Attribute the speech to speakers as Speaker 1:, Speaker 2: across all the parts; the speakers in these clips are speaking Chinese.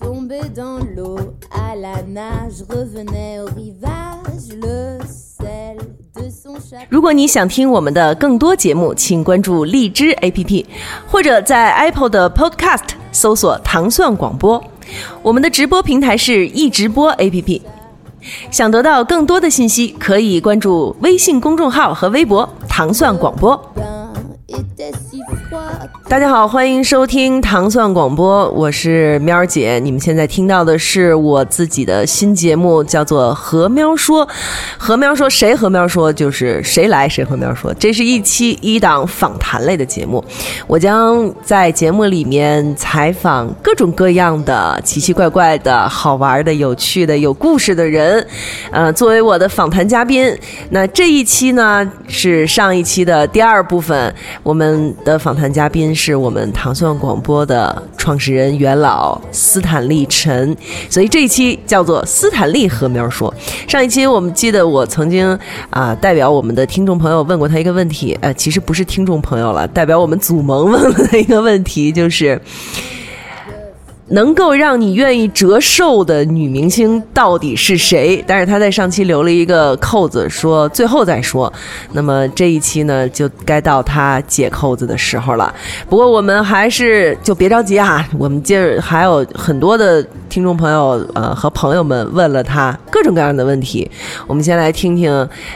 Speaker 1: plongeais dans l'eau à la nage, revenais au rivage, le sel de son chapeau.
Speaker 2: 如果你想听我们的更多节目，请关注荔枝 APP，或者在 Apple 的 Podcast 搜索“糖蒜广播”。我们的直播平台是易直播 APP。想得到更多的信息，可以关注微信公众号和微博“糖蒜广播”。
Speaker 1: Bain était si froid
Speaker 2: 大家好，欢迎收听糖蒜广播，我是喵儿姐。你们现在听到的是我自己的新节目，叫做《和喵说》。和喵说，谁和喵说就是谁来谁和喵说。这是一期一档访谈类的节目，我将在节目里面采访各种各样的奇奇怪怪的、好玩的、有趣的、有故事的人。呃，作为我的访谈嘉宾，那这一期呢是上一期的第二部分，我们的访谈嘉宾是我们糖蒜广播的创始人元老斯坦利陈，所以这一期叫做斯坦利和喵说。上一期我们记得我曾经啊、代表我们的听众朋友问过他一个问题，呃，其实不是听众朋友了，代表我们祖盟问了他一个问题，就是。能够让你愿意折寿的女明星到底是谁？但是她在上期留了一个扣子，说最后再说。那么这一期呢，就该到她解扣子的时候了。不过我们还是就别着急啊，我们接着还有很多的听众朋友呃和朋友们问了她各种各样的问题。我们先来听听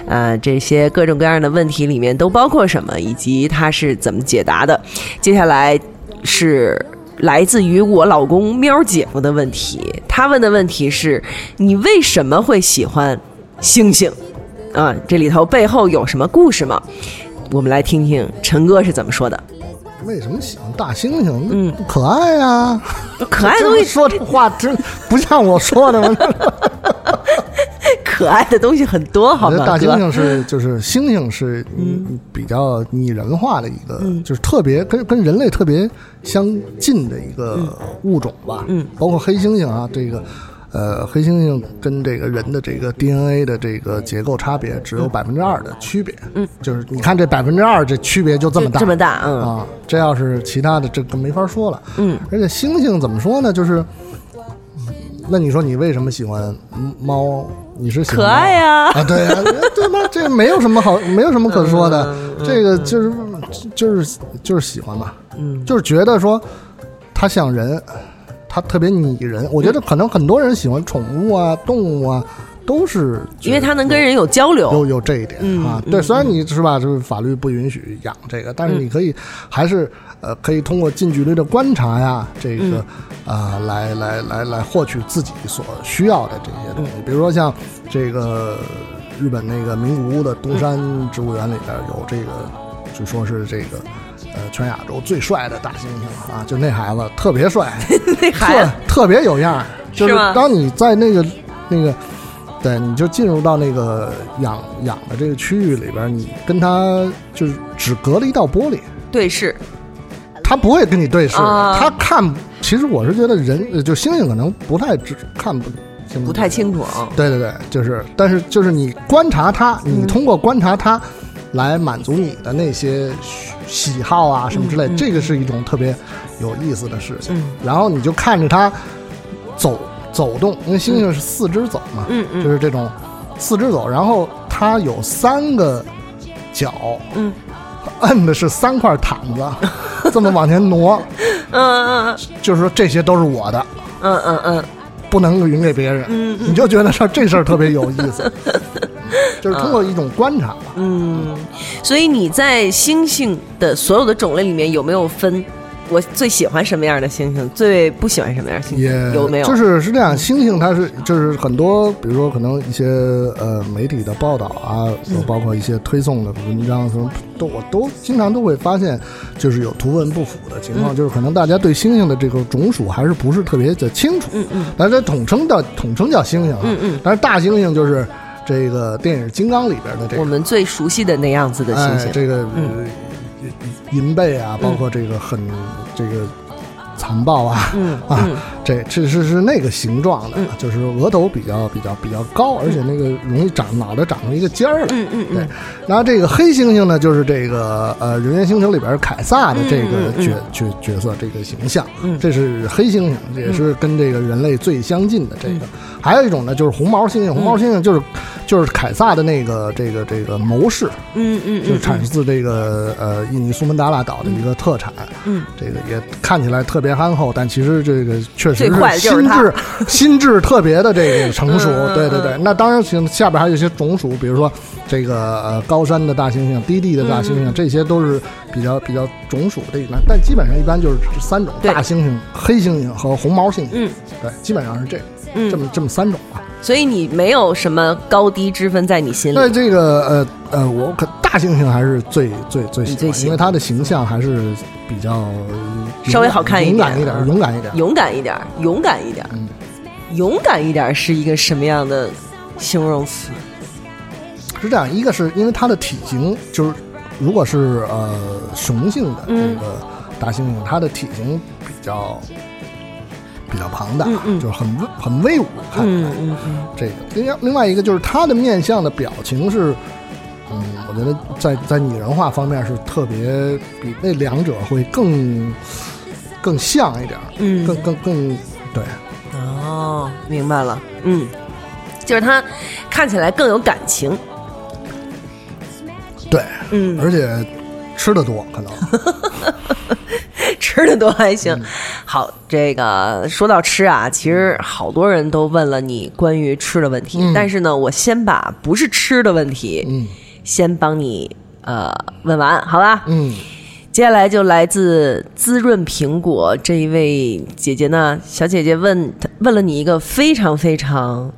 Speaker 2: 呃这些各种各样的问题里面都包括什么，以及她是怎么解答的。接下来是来自于我老公喵姐夫的问题。他问的问题是：你为什么会喜欢星星？啊，这里头背后有什么故事吗？我们来听听陈哥是怎么说的。
Speaker 3: 为什么喜欢大猩猩？嗯，可爱呀、
Speaker 2: 可爱的
Speaker 3: 这
Speaker 2: 东
Speaker 3: 么
Speaker 2: 西，
Speaker 3: 说这话真不像我说的吗？
Speaker 2: 可爱的东西很多，好
Speaker 3: 我觉
Speaker 2: 吗？
Speaker 3: 得大猩
Speaker 2: 哥
Speaker 3: 猩是就是猩猩是嗯比较拟人化的一个，
Speaker 2: 嗯
Speaker 3: 就是特别跟跟人类特别相近的一个物种吧。嗯，包括黑猩猩啊，这个呃黑猩猩跟这个人的这个 DNA 的这个结构差别只
Speaker 2: 嗯
Speaker 3: 有百分之二的区别。嗯，就是你看这百分之二这区别就这么大，
Speaker 2: 这么大，嗯，
Speaker 3: 啊，这要是其他的，这更没法说了。
Speaker 2: 嗯，
Speaker 3: 而且猩猩怎么说呢？就是，那你说你为什么喜欢猫？你是喜欢
Speaker 2: 可爱
Speaker 3: 呀、
Speaker 2: 呀、
Speaker 3: 啊，对呀、 对吗？这没有什么好，没有什么可说
Speaker 2: 嗯
Speaker 3: 的。这个就是就是就是喜欢嘛，嗯，就是觉得说它像人，它特别拟人。我觉
Speaker 2: 嗯
Speaker 3: 得可能很多人喜欢宠物啊、动物啊，都是觉
Speaker 2: 因为
Speaker 3: 得
Speaker 2: 他能跟人有交流，
Speaker 3: 有有这一点啊。对，虽然你是吧，就是法律不允许养这个，但是你可以还是呃，可以通过近距离的观察呀，这个啊，来来来来获取自己所需要的这些东西。比如说像这个日本那个名古屋的东山植物园里边有这个，据说是这个。呃，全亚洲最帅的大猩猩啊，就那孩子特别帅，
Speaker 2: 那孩子
Speaker 3: 特特别有样儿，就是
Speaker 2: 吗
Speaker 3: 当你在那个那个，对，你就进入到那个养养的这个区域里边儿，你跟他就是只隔了一道玻璃，
Speaker 2: 对视，
Speaker 3: 他不会跟你对视，
Speaker 2: 啊
Speaker 3: 他看。其实我是觉得人呃就猩猩可能不太知看不清
Speaker 2: 不太清楚啊。
Speaker 3: 对对对，就是，但是就是你观察它，你通过观察它来满足你的那些喜喜好啊什么之
Speaker 2: 嗯
Speaker 3: 类，这个是一种特别有意思的事情。然后你就看着它走走动，因为猩猩是四肢走嘛，
Speaker 2: 嗯嗯
Speaker 3: 就是这种四肢走，然后它有三个脚，
Speaker 2: 嗯，
Speaker 3: 摁的是三块毯子，这么往前 挪，
Speaker 2: 嗯嗯
Speaker 3: 就是说这些都是我的。
Speaker 2: 嗯嗯嗯
Speaker 3: 不能匀给别人，你就觉得说这事儿特别有意 思，就是通过一种观察吧。
Speaker 2: 嗯，所以你在猩猩的所有的种类里面有没有分？我最喜欢什么样的猩猩，最不喜欢什么样的猩
Speaker 3: 也
Speaker 2: 猩，有没有？
Speaker 3: 就是是这样，猩猩它是就是很多，比如说可能一些呃媒体的报道啊，包括一些推送的文章什么，都我都经常都会发现，就是有图文不符的情
Speaker 2: 嗯
Speaker 3: 况，就是可能大家对猩猩的这个种属还是不是特别的清楚。嗯嗯，但是它统称叫统称叫猩猩啊，嗯嗯，但是大猩猩就是这个电影《金刚》里边的这个
Speaker 2: 我们最熟悉的那样子的猩
Speaker 3: 哎，
Speaker 2: 猩，
Speaker 3: 这个、呃
Speaker 2: 嗯
Speaker 3: 银银背啊，包括这个很、这个残暴啊，啊，这这是是那个形状的，就是额头比较比较比较高，而且那个容易长脑袋长成一个尖儿来。
Speaker 2: 嗯嗯
Speaker 3: 对，然后这个黑猩猩呢，就是这个呃《人猿星球》里边凯撒的这个角、角角色这个形象，这是黑猩猩，也是跟这个人类最相近的这个。还有一种呢，就是红毛猩猩，红毛猩猩就是、就是凯撒的那个这个这个谋士，
Speaker 2: 嗯嗯
Speaker 3: 啊就是产自这个呃印尼苏门答腊岛的一个特产，
Speaker 2: 嗯，
Speaker 3: 这个也看起来特别憨厚，但其实这个确实
Speaker 2: 最坏的就是
Speaker 3: 心
Speaker 2: 它
Speaker 3: 智 心智特别的这个成熟
Speaker 2: 嗯嗯，
Speaker 3: 对对对。那当然行，下边还有一些种属，比如说这个呃高山的大猩猩、低地的大猩
Speaker 2: 嗯
Speaker 3: 猩，这些都是比较比较种属这一栏，但基本上一般就是这三种：
Speaker 2: 对
Speaker 3: 大猩猩、黑猩猩和红毛猩猩。
Speaker 2: 嗯，
Speaker 3: 对，基本上是这
Speaker 2: 嗯
Speaker 3: 这么这么三种吧。
Speaker 2: 所以你没有什么高低之分在你心
Speaker 3: 那
Speaker 2: 里。
Speaker 3: 这个呃呃，我可大猩猩还是最最最喜
Speaker 2: 你
Speaker 3: 欢，
Speaker 2: 最喜欢
Speaker 3: 因为它的形象还是比较勇
Speaker 2: 稍微好看一
Speaker 3: 勇
Speaker 2: 点
Speaker 3: 敢一点
Speaker 2: 嗯，
Speaker 3: 勇敢一点。
Speaker 2: 勇敢一点儿，勇敢一点儿，
Speaker 3: 嗯
Speaker 2: 勇敢一点儿是一个什么样的形容词？
Speaker 3: 是这样，一个是因为它的体型，就是如果是呃雄性的这
Speaker 2: 嗯
Speaker 3: 个大猩猩，它的体型比较比较庞大，
Speaker 2: 嗯嗯
Speaker 3: 就是很威很威武，看起来
Speaker 2: 嗯嗯嗯，
Speaker 3: 这个。另外另外一个就是它的面相的表情是。嗯，我觉得在在拟人化方面是特别比那两者会更更像一点儿，
Speaker 2: 嗯
Speaker 3: 更更更对，
Speaker 2: 哦，明白了，嗯，就是他看起来更有感情，
Speaker 3: 对，
Speaker 2: 嗯，
Speaker 3: 而且吃的多可能，
Speaker 2: 吃的多还
Speaker 3: 嗯
Speaker 2: 行。好，这个说到吃啊，其实好多人都问了你关于吃的问题，
Speaker 3: 嗯
Speaker 2: 但是呢，我先把不是吃的问题，
Speaker 3: 嗯
Speaker 2: 先帮你呃问完，好吧？
Speaker 3: 嗯，
Speaker 2: 接下来就来自滋润苹果这一位姐姐呢，小姐姐问问了你一个非常非常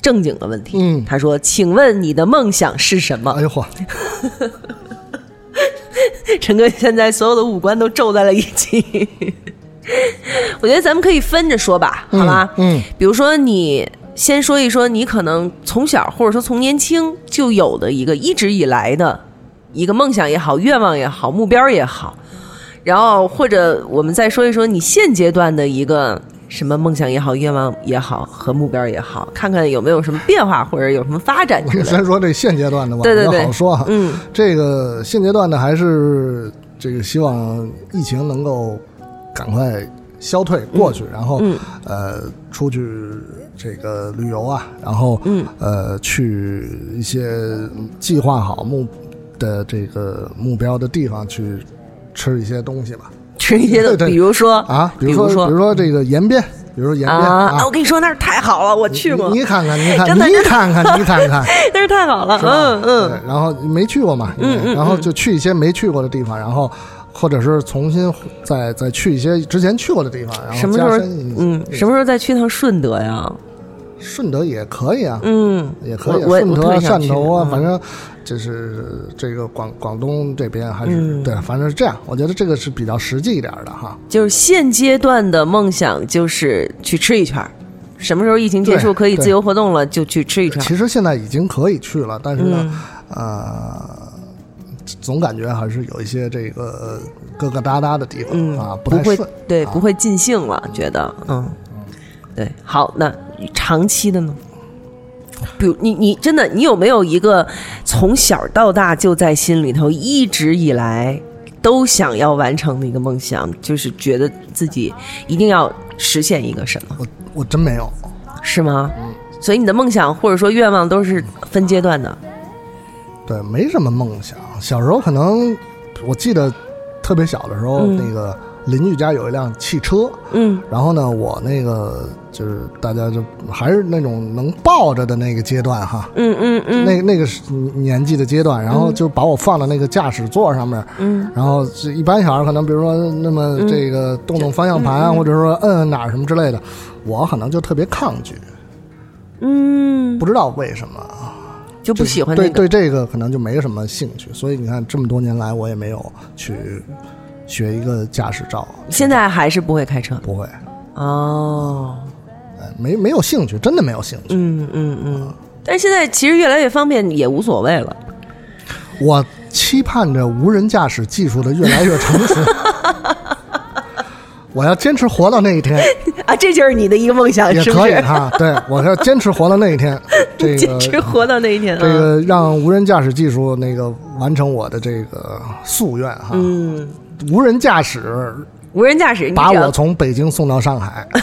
Speaker 2: 正经的问题，
Speaker 3: 嗯
Speaker 2: 她说：“请问你的梦想是什么
Speaker 3: 哎呦嚯，？”
Speaker 2: 陈哥现在所有的五官都皱在了一起， 我觉得咱们可以分着说吧，好吧？
Speaker 3: 嗯嗯
Speaker 2: 比如说你。先说一说你可能从小或者说从年轻就有的一个一直以来的一个梦想也好、愿望也好、目标也好，然后或者我们再说一说你现阶段的一个什么梦想也好、愿望也好和目标也好，看看有没有什么变化或者有什么发展之类的。
Speaker 3: 嗯 先说这现阶段的吧，
Speaker 2: 对对对
Speaker 3: 比较好说啊。
Speaker 2: 嗯，
Speaker 3: 这个现阶段的还是这个希望疫情能够赶快消退过
Speaker 2: 嗯
Speaker 3: 去，然后、呃出去这个旅游啊，然后、
Speaker 2: 嗯
Speaker 3: 呃去一些计划好目的这个目标的地方去吃一些东西吧。
Speaker 2: 吃一些
Speaker 3: 对
Speaker 2: 的，
Speaker 3: 对
Speaker 2: 比如说
Speaker 3: 啊，比
Speaker 2: 比
Speaker 3: 如说
Speaker 2: 如
Speaker 3: 比如说这个延边，比如说延边
Speaker 2: 啊，我跟你说那儿太好了，我去过
Speaker 3: 你，你看看，你看，
Speaker 2: 真的
Speaker 3: 你看看，你看看，
Speaker 2: 那儿太好了，嗯嗯。
Speaker 3: 对，然后没去过嘛，
Speaker 2: 嗯嗯
Speaker 3: 然后就去一些没去过的地方，然后或者是重新再再去一些之前去过的地方，然后
Speaker 2: 什么时候
Speaker 3: 加深一些
Speaker 2: 嗯，什么时候再去趟顺德呀？
Speaker 3: 顺德也可以啊，
Speaker 2: 嗯，
Speaker 3: 也可以啊，
Speaker 2: 我我
Speaker 3: 顺
Speaker 2: 我特
Speaker 3: 德、
Speaker 2: 别想
Speaker 3: 汕
Speaker 2: 去
Speaker 3: 头啊
Speaker 2: 嗯，
Speaker 3: 反正就是这个广广东这边还是
Speaker 2: 嗯
Speaker 3: 对，反正是这样，我觉得这个是比较实际一点的哈。
Speaker 2: 就是现阶段的梦想就是去吃一圈儿。什么时候疫情结束
Speaker 3: 对
Speaker 2: 可以
Speaker 3: 对
Speaker 2: 自由活动了，就去吃一圈儿。嗯
Speaker 3: 其实现在已经可以去了，但是呢，呃，总感觉还是有一些这个呃疙疙瘩瘩的地方
Speaker 2: 嗯
Speaker 3: 啊，
Speaker 2: 不
Speaker 3: 太
Speaker 2: 会
Speaker 3: 顺。
Speaker 2: 对，
Speaker 3: 啊
Speaker 2: 不会尽兴了，觉得嗯，对。好，那长期的呢？比如你，你真的，你有没有一个从小到大就在心里头，一直以来都想要完成的一个梦想，就是觉得自己一定要实现一个什么？
Speaker 3: 我我真没有，
Speaker 2: 是吗？
Speaker 3: 嗯
Speaker 2: 所以你的梦想或者说愿望都是分阶段的。
Speaker 3: 对，没什么梦想。小时候可能我记得特别小的时候，
Speaker 2: 嗯
Speaker 3: 那个邻居家有一辆汽车，
Speaker 2: 嗯
Speaker 3: 然后呢，我那个就是大家就还是那种能抱着的那个阶段哈。
Speaker 2: 嗯嗯嗯
Speaker 3: 那那个是年纪的阶段，然后就把我放到那个驾驶座上面，
Speaker 2: 嗯，
Speaker 3: 然后是一般小孩可能比如说那么这个动动方向盘
Speaker 2: 嗯
Speaker 3: 啊，或者说摁摁哪儿什么之类的，我可能就特别抗拒，
Speaker 2: 嗯，
Speaker 3: 不知道为什么啊。
Speaker 2: 就不喜欢那
Speaker 3: 对
Speaker 2: 个。
Speaker 3: 对这个可能就没什么兴趣，所以你看这么多年来我也没有去学一个驾驶照，
Speaker 2: 现在还是不会开车
Speaker 3: 不会，
Speaker 2: 哦。
Speaker 3: 哎没没有兴趣，真的没有兴趣。
Speaker 2: 嗯嗯嗯。但是现在其实越来越方便，也无所谓了。
Speaker 3: 我期盼着无人驾驶技术的越来越成熟。 我要坚持活到那一天
Speaker 2: 啊，这就是你的一个梦想，
Speaker 3: 也
Speaker 2: 是不
Speaker 3: 可以
Speaker 2: 是？
Speaker 3: 哈。对我要坚持活到那 一天，这个
Speaker 2: 坚持活到那一天啊！
Speaker 3: 这个让无人驾驶技术那个完成我的这个夙愿哈。嗯，无人驾驶
Speaker 2: 无人驾驶，你
Speaker 3: 把
Speaker 2: 只要
Speaker 3: 我从北京送到上海，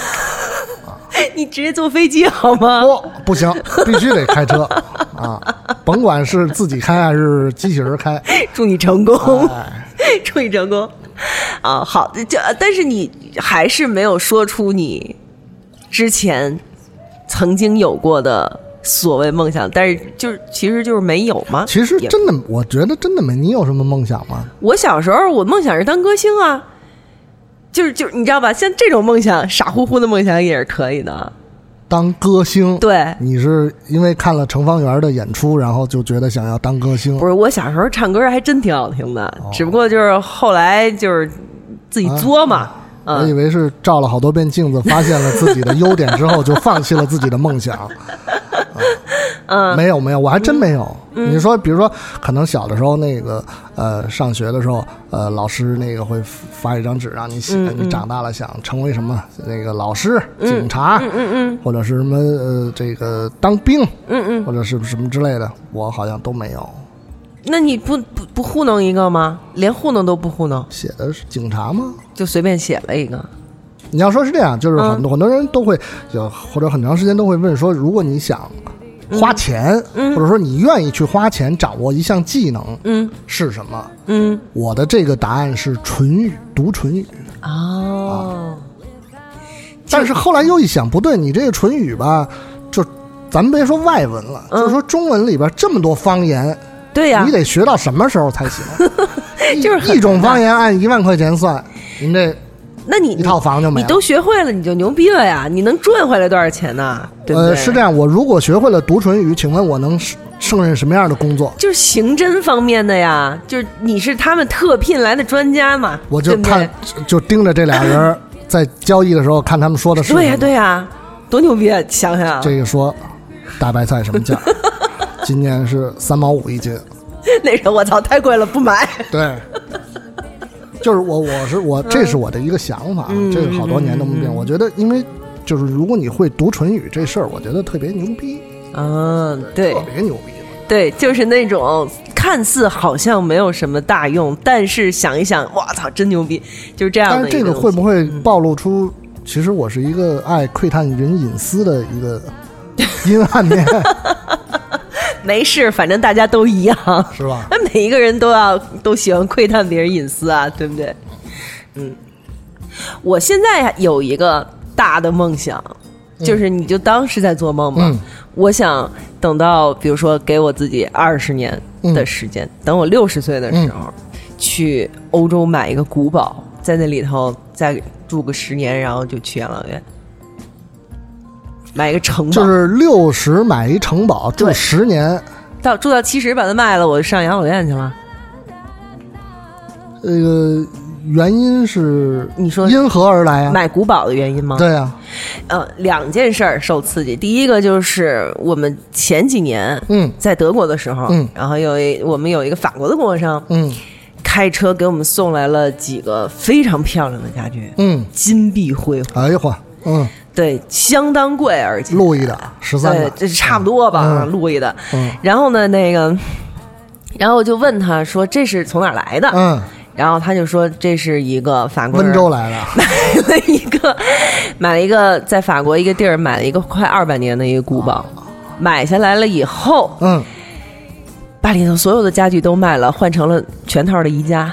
Speaker 2: 你直接坐飞机好吗？
Speaker 3: 不不行，必须得开车啊，甭管是自己开还是机器人开。
Speaker 2: 祝你成功，
Speaker 3: 哎，
Speaker 2: 祝你成功。啊，好，这但是你还是没有说出你之前曾经有过的所谓梦想，但是就是其实就是没有嘛。
Speaker 3: 其实
Speaker 2: 也
Speaker 3: 真的，我觉得真的没。你有什么梦想吗？
Speaker 2: 我小时候我梦想是当歌星啊，就是就是你知道吧，像这种梦想，傻乎乎的梦想也是可以的。啊
Speaker 3: 当歌星？
Speaker 2: 对
Speaker 3: 你是因为看了程方圆的演出，然后就觉得想要当歌星
Speaker 2: 不？是我小时候唱歌还真挺好听的，
Speaker 3: 哦
Speaker 2: 只不过就是后来就是自
Speaker 3: 啊
Speaker 2: 己作嘛，嗯，
Speaker 3: 我以为是照了好多遍镜子，发现了自己的优点之后，就放弃了自己的梦想。 啊没有没有，我还真没有。你说，比如说，可能小的时候那个呃，上学的时候，呃，老师那个会发一张纸让你写，你长大了想成为什么？那个老师、警察，嗯嗯嗯嗯，或者是什么呃，这个当兵，嗯嗯，或者是什么之类的，我好像都没有。
Speaker 2: 那你不不不糊弄一个吗？连糊弄都不糊弄，
Speaker 3: 写的是警察吗？
Speaker 2: 就随便写了一个。
Speaker 3: 你要说是这样，就是很
Speaker 2: 嗯
Speaker 3: 多、很多人都会，就或者很长时间都会问说，如果你想
Speaker 2: 嗯
Speaker 3: 花钱，或者说你愿意去花钱掌握一项技能，嗯，是什么？
Speaker 2: 嗯，
Speaker 3: 我的这个答案是唇语，读唇语。
Speaker 2: 哦，
Speaker 3: 但是后来又一想，不对，你这个唇语吧，就咱别说外文了，就是说中文里边这么多方言，
Speaker 2: 嗯对呀、
Speaker 3: 你得学到什么时候才 行？
Speaker 2: 就是很
Speaker 3: 一种方言按一万块钱算，您这
Speaker 2: 那你
Speaker 3: 一套房就没
Speaker 2: 你
Speaker 3: 了
Speaker 2: 都学会了，你就牛逼了呀！你能赚回来多少钱呢？对不对？
Speaker 3: 呃，是这样，我如果学会了读唇语，请问我能胜胜任什么样的工作？
Speaker 2: 就是刑侦方面的呀，就是你是他们特聘来的专家嘛，
Speaker 3: 我就
Speaker 2: 对不对
Speaker 3: 看，就盯着这俩 人儿在交易的时候，看他们说的是
Speaker 2: 对
Speaker 3: 什
Speaker 2: 呀、
Speaker 3: 么
Speaker 2: 对呀、多牛逼啊！想想啊
Speaker 3: 这个说大白菜什么价儿，今年是三毛五一斤，
Speaker 2: 那人我操太贵了，不买。
Speaker 3: 对。就是我，我是
Speaker 2: 嗯
Speaker 3: 我，这是我的一个想法，啊这个好多年都没变。我觉得，因为就是如果你会读唇语这事儿，我觉得特别牛逼，
Speaker 2: 嗯，对
Speaker 3: 特别牛逼。
Speaker 2: 对，就是那种看似好像没有什么大用，但是想一想，我操，真牛逼，就是这样
Speaker 3: 但
Speaker 2: 的
Speaker 3: 是
Speaker 2: 一东西。嗯
Speaker 3: 这个会不会暴露出，其实我是一个爱窥探人隐私的一 个阴暗面，
Speaker 2: 没事，反正大家都一样，
Speaker 3: 是 吧？
Speaker 2: 那每一个人都要都喜欢窥探别人隐私啊，对不对？嗯，我现在有一个大的梦想，就是你就当是在做梦吧。
Speaker 3: 嗯
Speaker 2: 我想等到，比如说给我自己二
Speaker 3: 嗯
Speaker 2: 十年的时间，等我六十岁的时候，去欧洲买一个古堡，在那里头再住个十年，然后就去养老院，买一个城堡，
Speaker 3: 就是六十买一城堡住
Speaker 2: 对
Speaker 3: 十年，
Speaker 2: 到住到七十把它卖了，我就上养老院去了。
Speaker 3: 呃，原因是
Speaker 2: 你说
Speaker 3: 因何而来啊？
Speaker 2: 买古堡的原因吗？
Speaker 3: 对啊，
Speaker 2: 呃，两件事儿受刺激。第一个就是我们前几年
Speaker 3: 嗯
Speaker 2: 在德国的时候，
Speaker 3: 嗯
Speaker 2: 然后有一我们有一个法国的供货商
Speaker 3: 嗯
Speaker 2: 开车给我们送来了几个非常漂亮的家具，
Speaker 3: 嗯，
Speaker 2: 金碧辉煌，
Speaker 3: 哎呦嚯，嗯，
Speaker 2: 对，相当贵，而且
Speaker 3: 路易的十三
Speaker 2: 对
Speaker 3: 的，，
Speaker 2: 这差不多吧，路易的。
Speaker 3: 嗯
Speaker 2: 然后呢，那个，然后我就问他说这是从哪儿来的？
Speaker 3: 嗯，
Speaker 2: 然后他就说这是一个法国人
Speaker 3: 温州来的，
Speaker 2: 买了一个， 买了一个在法国一个地儿买了一个快二百年的一个古堡，
Speaker 3: 哦
Speaker 2: 买下来了以后，
Speaker 3: 嗯，
Speaker 2: 把里头所有的家具都卖了，换成了全套的宜家，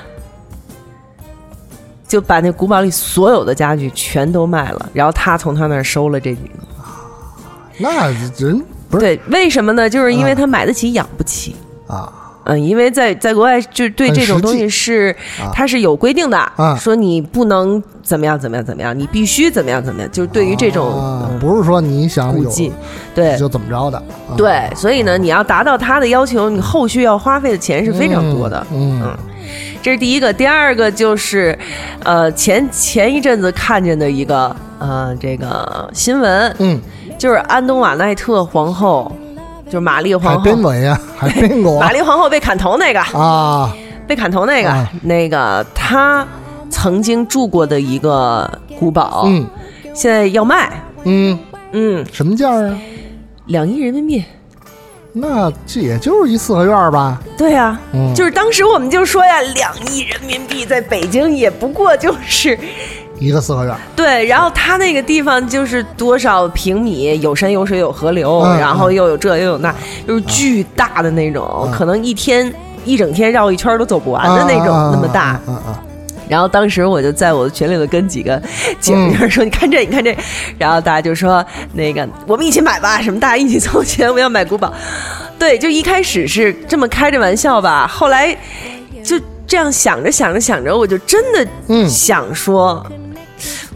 Speaker 2: 就把那古堡里所有的家具全都卖了，然后他从他那儿收了这几个。
Speaker 3: 那人不是嗯
Speaker 2: 对，为什么呢？就是因为他买得起，养不起。
Speaker 3: 啊，
Speaker 2: 嗯，因为在在国外就对
Speaker 3: 很
Speaker 2: 这种
Speaker 3: 实
Speaker 2: 东西
Speaker 3: 际
Speaker 2: 是它是有规定的，
Speaker 3: 啊
Speaker 2: 说你不能怎么样怎么样怎么样，你必须怎么样怎么样，就是对于这种、
Speaker 3: 啊
Speaker 2: 嗯
Speaker 3: 不是说你想
Speaker 2: 古
Speaker 3: 有
Speaker 2: 迹，对
Speaker 3: 就怎么着的，啊
Speaker 2: 对，所以呢，你要达到他的要求，你后续要花费的钱是非常多的。
Speaker 3: 嗯嗯
Speaker 2: 这是第一个，第二个就是，呃，前前一阵子看见的一个呃这个新闻，
Speaker 3: 嗯，
Speaker 2: 就是安东瓦奈特皇后，就是玛丽
Speaker 3: 海
Speaker 2: 皇后
Speaker 3: 滨。尾啊，海滨国
Speaker 2: 玛丽皇后被砍头那个，
Speaker 3: 啊，
Speaker 2: 被砍头那个，
Speaker 3: 啊
Speaker 2: 那个她曾经住过的一个古堡，
Speaker 3: 嗯
Speaker 2: 现在要卖，
Speaker 3: 嗯，
Speaker 2: 嗯，
Speaker 3: 什么价啊？
Speaker 2: 两亿人民币。
Speaker 3: 那这也就是一四合院吧？
Speaker 2: 对呀、
Speaker 3: 嗯
Speaker 2: 就是当时我们就说呀，两亿人民币在北京也不过就是
Speaker 3: 嗯一个四合院，
Speaker 2: 对，然后它那个地方就是多少平米，有山有水有河流，
Speaker 3: 嗯
Speaker 2: 然后又有这又有那，就是巨大的那种，
Speaker 3: 嗯
Speaker 2: 可能一天一整天绕一圈都走不完的那种，那么大。
Speaker 3: 啊啊
Speaker 2: 然后当时我就在我的群里头跟几个姐妹儿
Speaker 3: 嗯
Speaker 2: 说：“你看这，你看这。”然后大家就说：“那个，我们一起买吧，什么大家一起凑钱，我们要买古堡。”对，就一开始是这么开着玩笑吧，后来就这样想着想着想着，我就真的
Speaker 3: 嗯
Speaker 2: 想说。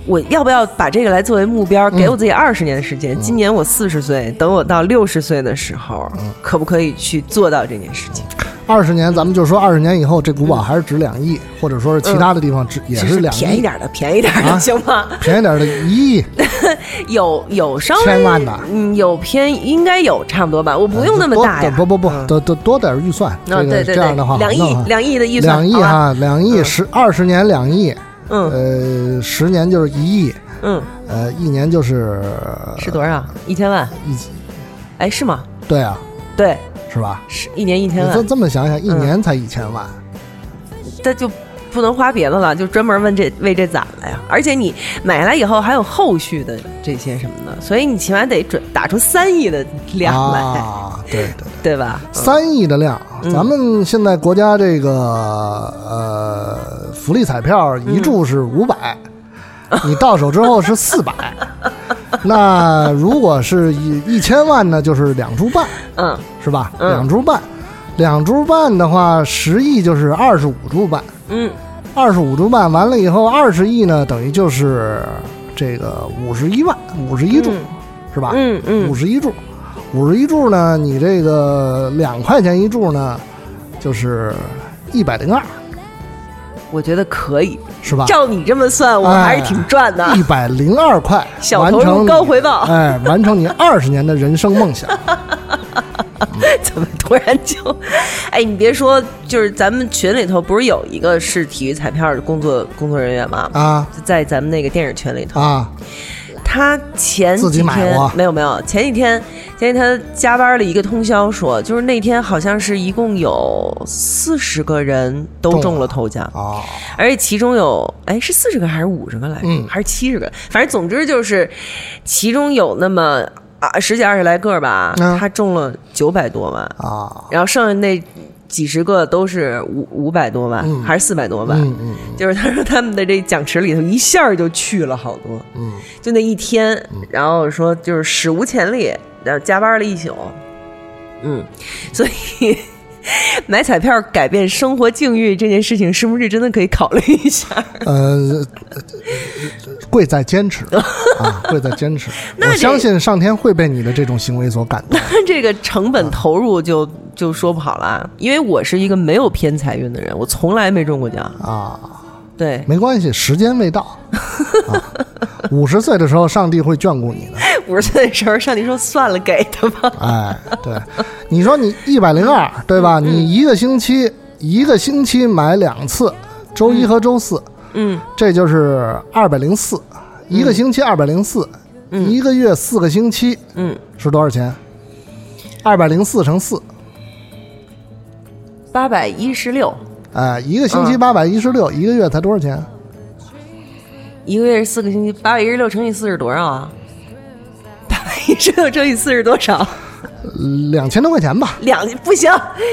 Speaker 2: 我要不要把这个来作为目标，给我自己二十年的时
Speaker 3: 嗯
Speaker 2: 间？今年我四十岁，等我到六十岁的时候，
Speaker 3: 嗯
Speaker 2: 可不可以去做到这件事情？
Speaker 3: 二十年，咱们就说二十年以后，这古堡还是值两亿，或者说是其他的地方值也
Speaker 2: 只
Speaker 3: 是两亿，
Speaker 2: 便宜点儿的，便宜点儿的，
Speaker 3: 啊
Speaker 2: 行吗？
Speaker 3: 便宜点的一亿，
Speaker 2: 有有稍微
Speaker 3: 千万的
Speaker 2: 嗯，有偏应该有差不多吧，我 不用那么大呀。
Speaker 3: 多不不不，多多多点预算，
Speaker 2: 啊，
Speaker 3: 这
Speaker 2: 对
Speaker 3: 个
Speaker 2: 对
Speaker 3: 这样的话
Speaker 2: 对，
Speaker 3: 好
Speaker 2: 两亿
Speaker 3: 弄啊
Speaker 2: 两亿的预算，
Speaker 3: 两亿
Speaker 2: 好吧，
Speaker 3: 哈，两亿十二十年两亿，
Speaker 2: 嗯
Speaker 3: 呃，十年就是一亿，
Speaker 2: 嗯，
Speaker 3: 呃，一年就是呃
Speaker 2: 是多少？一千万？
Speaker 3: 一，
Speaker 2: 哎，是吗？
Speaker 3: 对啊，
Speaker 2: 对，
Speaker 3: 是吧？
Speaker 2: 是一年一
Speaker 3: 你
Speaker 2: 千
Speaker 3: 这
Speaker 2: 万，
Speaker 3: 这么想想，一
Speaker 2: 嗯
Speaker 3: 年才一千万，
Speaker 2: 这就不能花别的了，就专门问这为这攒了呀。而且你买来以后还有后续的这些什么的，所以你起码得准打出三亿的量来，
Speaker 3: 啊，对对。
Speaker 2: 对吧？
Speaker 3: 三亿的量，
Speaker 2: 嗯
Speaker 3: 咱们现在国家这个呃福利彩票
Speaker 2: 嗯
Speaker 3: 一注是五百、你到手之后是 四百。那如果是一一千万呢，就是两注半，
Speaker 2: 嗯
Speaker 3: 是吧？两注半，两注半的话，十亿就是二十五注半，
Speaker 2: 嗯
Speaker 3: 二十五注半完了以后，二十亿呢，等于就是这个五十一万，五十一注，是吧？
Speaker 2: 嗯嗯
Speaker 3: 五十一注，五十一注呢，你这个两块钱一注呢，就是一百零二，
Speaker 2: 我觉得可以。
Speaker 3: 是吧？
Speaker 2: 照你这么算，我还是挺赚的。
Speaker 3: 哎一百零二块，
Speaker 2: 小
Speaker 3: 完
Speaker 2: 投入
Speaker 3: 成
Speaker 2: 高回报
Speaker 3: 哎，完成你二十年的人生梦想。
Speaker 2: 怎么突然就？哎，你别说，就是咱们群里头不是有一个是体育彩票的工作工作人员吗？
Speaker 3: 啊
Speaker 2: 就在咱们那个电影群里头，
Speaker 3: 啊，
Speaker 2: 他前
Speaker 3: 自
Speaker 2: 几
Speaker 3: 己买
Speaker 2: 天
Speaker 3: 过
Speaker 2: 没有没有，前几天前几天加班了一个通宵说，就是那天好像是一共有四十个人都
Speaker 3: 中
Speaker 2: 中
Speaker 3: 了
Speaker 2: 了头奖，
Speaker 3: 哦，
Speaker 2: 而且其中有哎是四十个还是五十个来着，
Speaker 3: 嗯
Speaker 2: 还是七十个，反正总之就是其中有那么啊十几二十来个吧，
Speaker 3: 嗯
Speaker 2: 他中了九百多万
Speaker 3: 啊，
Speaker 2: 然后剩下那几十个都是五五百多万、
Speaker 3: 嗯
Speaker 2: 还是四百多万，
Speaker 3: 嗯嗯
Speaker 2: 就是他说他们的这奖池里头一下儿就去了好多，
Speaker 3: 嗯，
Speaker 2: 就那一天，然后说就是史无前例，然后加班了一宿，嗯， 所以 买彩票改变生活境遇这件事情，是不是真的可以考虑一下？
Speaker 3: 呃，贵在坚 持啊，贵在坚持。
Speaker 2: 那
Speaker 3: 我
Speaker 2: 这
Speaker 3: 相信上天会被你的这种行为所感 动。
Speaker 2: 这个成
Speaker 3: 嗯
Speaker 2: 本投入就就说不好了，因为我是一个没有偏财运的人，我从来没中过奖
Speaker 3: 啊。
Speaker 2: 对，
Speaker 3: 没关系，时间未到。啊五、十岁的时候，上帝会眷顾你的。
Speaker 2: 五十岁的时候，上帝说算了，给他吧。
Speaker 3: 哎，对，你说你一百零二，对吧？
Speaker 2: 嗯
Speaker 3: 你一个星期一个星期买两次，周一和周四，
Speaker 2: 嗯，
Speaker 3: 这就是二百零四，一个星期二百零四，一个月四个星期，
Speaker 2: 嗯，
Speaker 3: 是多少钱？二百零四乘四，
Speaker 2: 八百一十六，
Speaker 3: 哎，一个
Speaker 2: 嗯
Speaker 3: 星期八百一十六，一个月才多少钱？
Speaker 2: 一个月是四个星期，八百一十六乘以四是多少啊？ 八百一十六乘以四是多少？
Speaker 3: 两千多块钱吧。
Speaker 2: 两不行，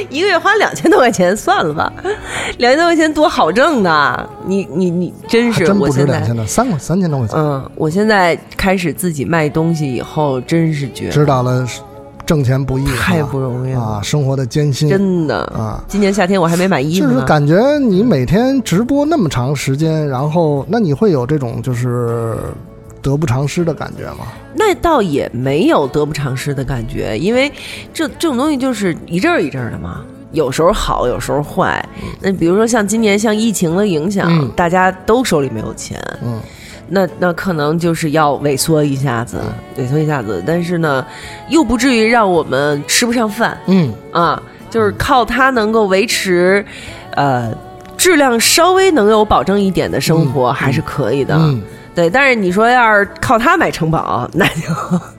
Speaker 2: 一个月花两千多块钱，算了吧。 两千多块钱多好挣呢！你你你，真
Speaker 3: 还
Speaker 2: 是
Speaker 3: 真
Speaker 2: 我
Speaker 3: 不止
Speaker 2: 现
Speaker 3: 两
Speaker 2: 在
Speaker 3: 千，多，三块三千多块钱。
Speaker 2: 嗯，我现在开始自己卖东西以后，真是觉得
Speaker 3: 知道了，挣钱不易，
Speaker 2: 太不容易了
Speaker 3: 啊，生活的艰辛。
Speaker 2: 哎真的
Speaker 3: 啊
Speaker 2: 今年夏天我还没买衣服
Speaker 3: 就是
Speaker 2: 呢。
Speaker 3: 感觉你每天直播那么长时间，然后那你会有这种就是得不偿失的感觉吗？
Speaker 2: 那倒也没有得不偿失的感觉，因为这这种东西就是一阵儿一阵儿的嘛，有时候好，有时候坏。那比如说像今年像疫情的影响，
Speaker 3: 嗯
Speaker 2: 大家都手里没有钱，
Speaker 3: 嗯，
Speaker 2: 那那可能就是要萎缩一下子，萎缩一下子。但是呢，又不至于让我们吃不上饭
Speaker 3: 嗯，
Speaker 2: 啊，就是靠它能够维持，呃，质量稍微能有保证一点的生活，还是可以的。
Speaker 3: 嗯
Speaker 2: 对，但是你说要是靠它买城堡，那就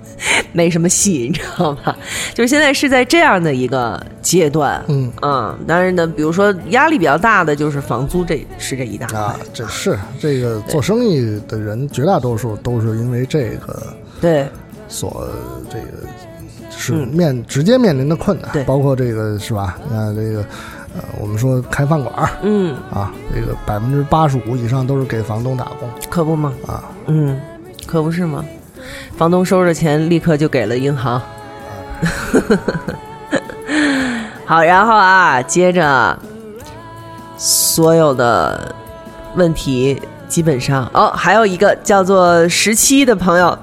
Speaker 2: 没什么戏，你知道吧？就是现在是在这样的一个阶段，
Speaker 3: 嗯
Speaker 2: 啊，但是呢，比如说压力比较大的就是房租这，是这一大块。
Speaker 3: 啊，这是这个做生意的人，绝大多数都是因为这个
Speaker 2: 对，
Speaker 3: 所这个是面、直接面临的困
Speaker 2: 嗯对
Speaker 3: 难，包括这个是吧？你看这个呃，我们说开饭馆儿
Speaker 2: 嗯，
Speaker 3: 啊，这个百分之八十五以上都是给房东打工
Speaker 2: 可不嘛，
Speaker 3: 啊，
Speaker 2: 嗯，可不是嘛。房东收着钱，立刻就给了银行。 好，然后啊，接着所有的问题基本上哦，还有一个叫做十七的朋友，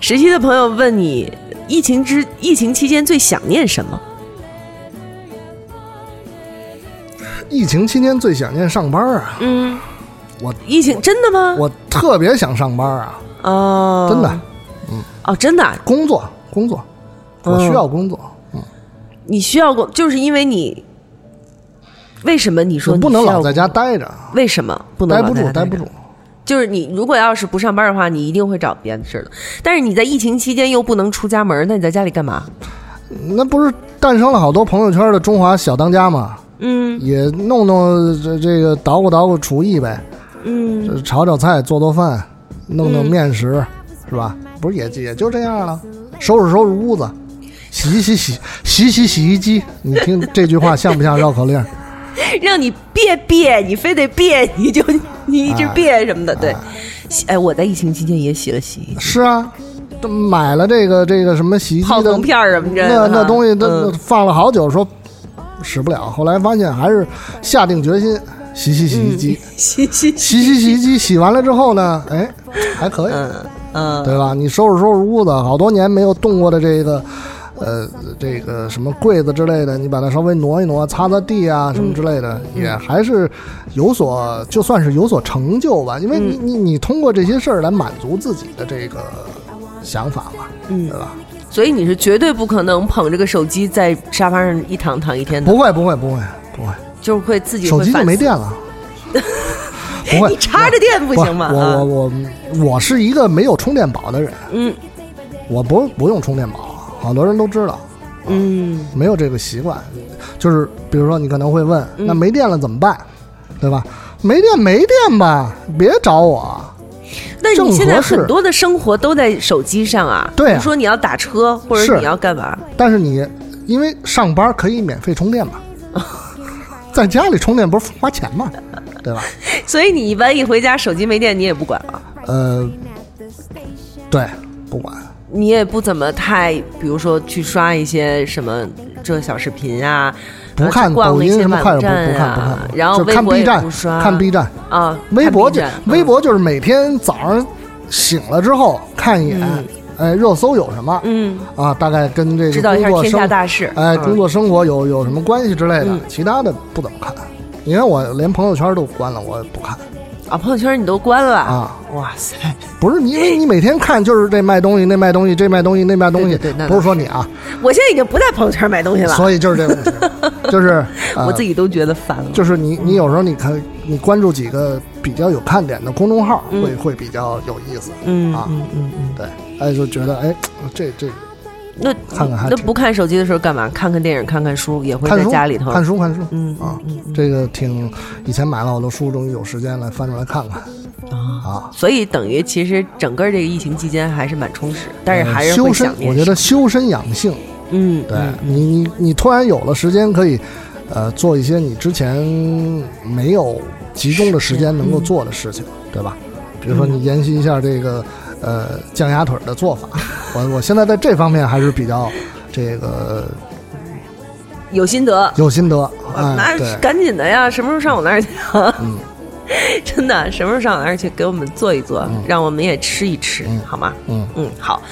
Speaker 2: 十七的朋友问你，疫情之疫情期间最想念什么？
Speaker 3: 疫情期间最想念上班儿啊，
Speaker 2: 嗯，
Speaker 3: 我
Speaker 2: 疫情真的吗？
Speaker 3: 我特别想上班儿啊，
Speaker 2: 哦，
Speaker 3: 真的，
Speaker 2: 哦，真的，
Speaker 3: 工作工作，我
Speaker 2: 嗯
Speaker 3: 需要工作，
Speaker 2: 你需要过，就是因为你为什么你说
Speaker 3: 我
Speaker 2: 你
Speaker 3: 不能
Speaker 2: 需要
Speaker 3: 老在家待着，啊
Speaker 2: 为什么不能
Speaker 3: 待
Speaker 2: 老
Speaker 3: 不
Speaker 2: 在
Speaker 3: 住
Speaker 2: 家
Speaker 3: 待不
Speaker 2: 着
Speaker 3: 住。
Speaker 2: 就是你如果要是不上班的话，你一定会找别的事儿的。但是你在疫情期间又不能出家门，那你在家里干嘛？
Speaker 3: 那不是诞生了好多朋友圈的中华小当家吗？
Speaker 2: 嗯
Speaker 3: 也弄弄这这个捣鼓捣鼓厨艺呗，
Speaker 2: 嗯，嗯
Speaker 3: 这炒炒菜，做做饭，弄弄面食，是吧？不是也也就这样了，收拾收拾屋子，洗一洗洗洗洗洗衣机。你听这句话像不像绕 口令？哎
Speaker 2: 让你憋憋，你非得憋，你就 你一直憋什么的，对。洗哎，我在疫情期间也洗了洗衣，
Speaker 3: 是啊，这买了这个这个什么洗衣
Speaker 2: 泡
Speaker 3: 机的
Speaker 2: 腾片儿什么的，
Speaker 3: 那那
Speaker 2: 哈
Speaker 3: 东西，它
Speaker 2: 嗯
Speaker 3: 它放了好久，说使不了，后来发现还是下定决心洗洗洗衣
Speaker 2: 嗯
Speaker 3: 机，
Speaker 2: 洗洗洗，
Speaker 3: 洗洗洗衣机，洗完了之后呢，哎，还可以。
Speaker 2: 嗯 嗯，
Speaker 3: 对吧？你收拾收拾屋子，好多年没有动过的这个，呃，这个什么柜子之类的，你把它稍微挪一挪，擦擦地啊什么
Speaker 2: 嗯
Speaker 3: 之类的，也还是有所，就算是有所成就吧。因为你、
Speaker 2: 嗯
Speaker 3: 你你通过这些事儿来满足自己的这个想法嘛，
Speaker 2: 嗯
Speaker 3: 对吧？
Speaker 2: 所以你是绝对不可能捧着个手机在沙发上一躺躺一天的，
Speaker 3: 不会不会不会不会，
Speaker 2: 就是会自己
Speaker 3: 手
Speaker 2: 会
Speaker 3: 机就
Speaker 2: 反
Speaker 3: 没
Speaker 2: 思，
Speaker 3: 电了。不会，
Speaker 2: 你插着电不
Speaker 3: 不
Speaker 2: 行吗？啊
Speaker 3: 我我我我是一个没有充电宝的人，
Speaker 2: 嗯
Speaker 3: 我不不用充电宝，好多人都知道。
Speaker 2: 嗯
Speaker 3: 没有这个习惯，就是比如说你可能会问，
Speaker 2: 嗯
Speaker 3: 那没电了怎么办，对吧？没电没电吧，别找我。
Speaker 2: 那你现在
Speaker 3: 正合适
Speaker 2: 很多的生活都在手机上啊，
Speaker 3: 对啊
Speaker 2: 比如说你要打车或者
Speaker 3: 是
Speaker 2: 你要干嘛，
Speaker 3: 但是你因为上班可以免费充 电嘛，在家里充电不是花钱嘛，对吧？
Speaker 2: 所以你一般一回家手机没电你也不管了，
Speaker 3: 呃，对，不管。
Speaker 2: 你也不怎么太，比如说去刷一些什么这小视频啊，
Speaker 3: 不
Speaker 2: 呃
Speaker 3: 看
Speaker 2: 去逛
Speaker 3: 抖
Speaker 2: 了一
Speaker 3: 音
Speaker 2: 些
Speaker 3: 什么快
Speaker 2: 网
Speaker 3: 手，不
Speaker 2: 站
Speaker 3: 不看不
Speaker 2: 啊
Speaker 3: 看，，
Speaker 2: 然后
Speaker 3: 就
Speaker 2: 微
Speaker 3: 看
Speaker 2: 博
Speaker 3: B
Speaker 2: 也
Speaker 3: 站
Speaker 2: 不刷，，
Speaker 3: 看 B 站，
Speaker 2: 啊，
Speaker 3: 微
Speaker 2: 看
Speaker 3: 博
Speaker 2: B
Speaker 3: 就
Speaker 2: 站
Speaker 3: 微博就是每天早上醒了之后看一眼，哎，热搜有什么，
Speaker 2: 嗯，
Speaker 3: 啊，大概跟这
Speaker 2: 知
Speaker 3: 个
Speaker 2: 道一下
Speaker 3: 工作
Speaker 2: 天下
Speaker 3: 生，
Speaker 2: 大事，
Speaker 3: 哎，
Speaker 2: 嗯
Speaker 3: 工作生活有有什么关系之类
Speaker 2: 嗯
Speaker 3: 的，其他的不怎么看。你看我连朋友圈都关了，我也不看。
Speaker 2: 啊，朋友圈你都关了
Speaker 3: 啊，
Speaker 2: 哇塞，
Speaker 3: 不是你，因为你每天看就是这卖东西，那卖东西，这卖东西，那卖东西
Speaker 2: 对对对那，
Speaker 3: 不是说你啊，
Speaker 2: 我现在已经不在朋友圈买东西了，
Speaker 3: 所以就是 这个问题，就是
Speaker 2: 我
Speaker 3: 呃
Speaker 2: 自己都觉得烦了，
Speaker 3: 就是你，你有时候你看，你关注几个比较有看点的公众号，会会比较有意思。
Speaker 2: 嗯
Speaker 3: 啊
Speaker 2: 嗯嗯嗯。
Speaker 3: 对，哎，就觉得哎，这这
Speaker 2: 那
Speaker 3: 看看还
Speaker 2: 那
Speaker 3: 挺
Speaker 2: 不看手机的时候干嘛？看看电影，看看书，也会
Speaker 3: 看
Speaker 2: 在
Speaker 3: 书，
Speaker 2: 家里头。
Speaker 3: 看书，看书，
Speaker 2: 嗯
Speaker 3: 啊，这个挺以前买了好多书，终于有时间来翻出来看看啊。
Speaker 2: 所以等于其实整个这个疫情期间还是蛮充实，但是
Speaker 3: 呃
Speaker 2: 还是
Speaker 3: 修
Speaker 2: 会
Speaker 3: 身
Speaker 2: 想，念。
Speaker 3: 我觉得，修身养性，
Speaker 2: 嗯，
Speaker 3: 对、你你你突然有了时间可以，呃，做一些你之前没有集中的时间能够做的事情，
Speaker 2: 嗯
Speaker 3: 对吧？比如说你研习一下这个呃酱鸭腿儿 的做法，我我现在在这方面还是比较这个呃
Speaker 2: 有心得，
Speaker 3: 有心得，哎，
Speaker 2: 那
Speaker 3: 对。嗯
Speaker 2: 赶紧的呀！什么时候上我那儿去啊？ 真的，什么时候上我那儿去给我们做一做，让我们也吃一吃，好吗？
Speaker 3: 嗯
Speaker 2: 嗯，好。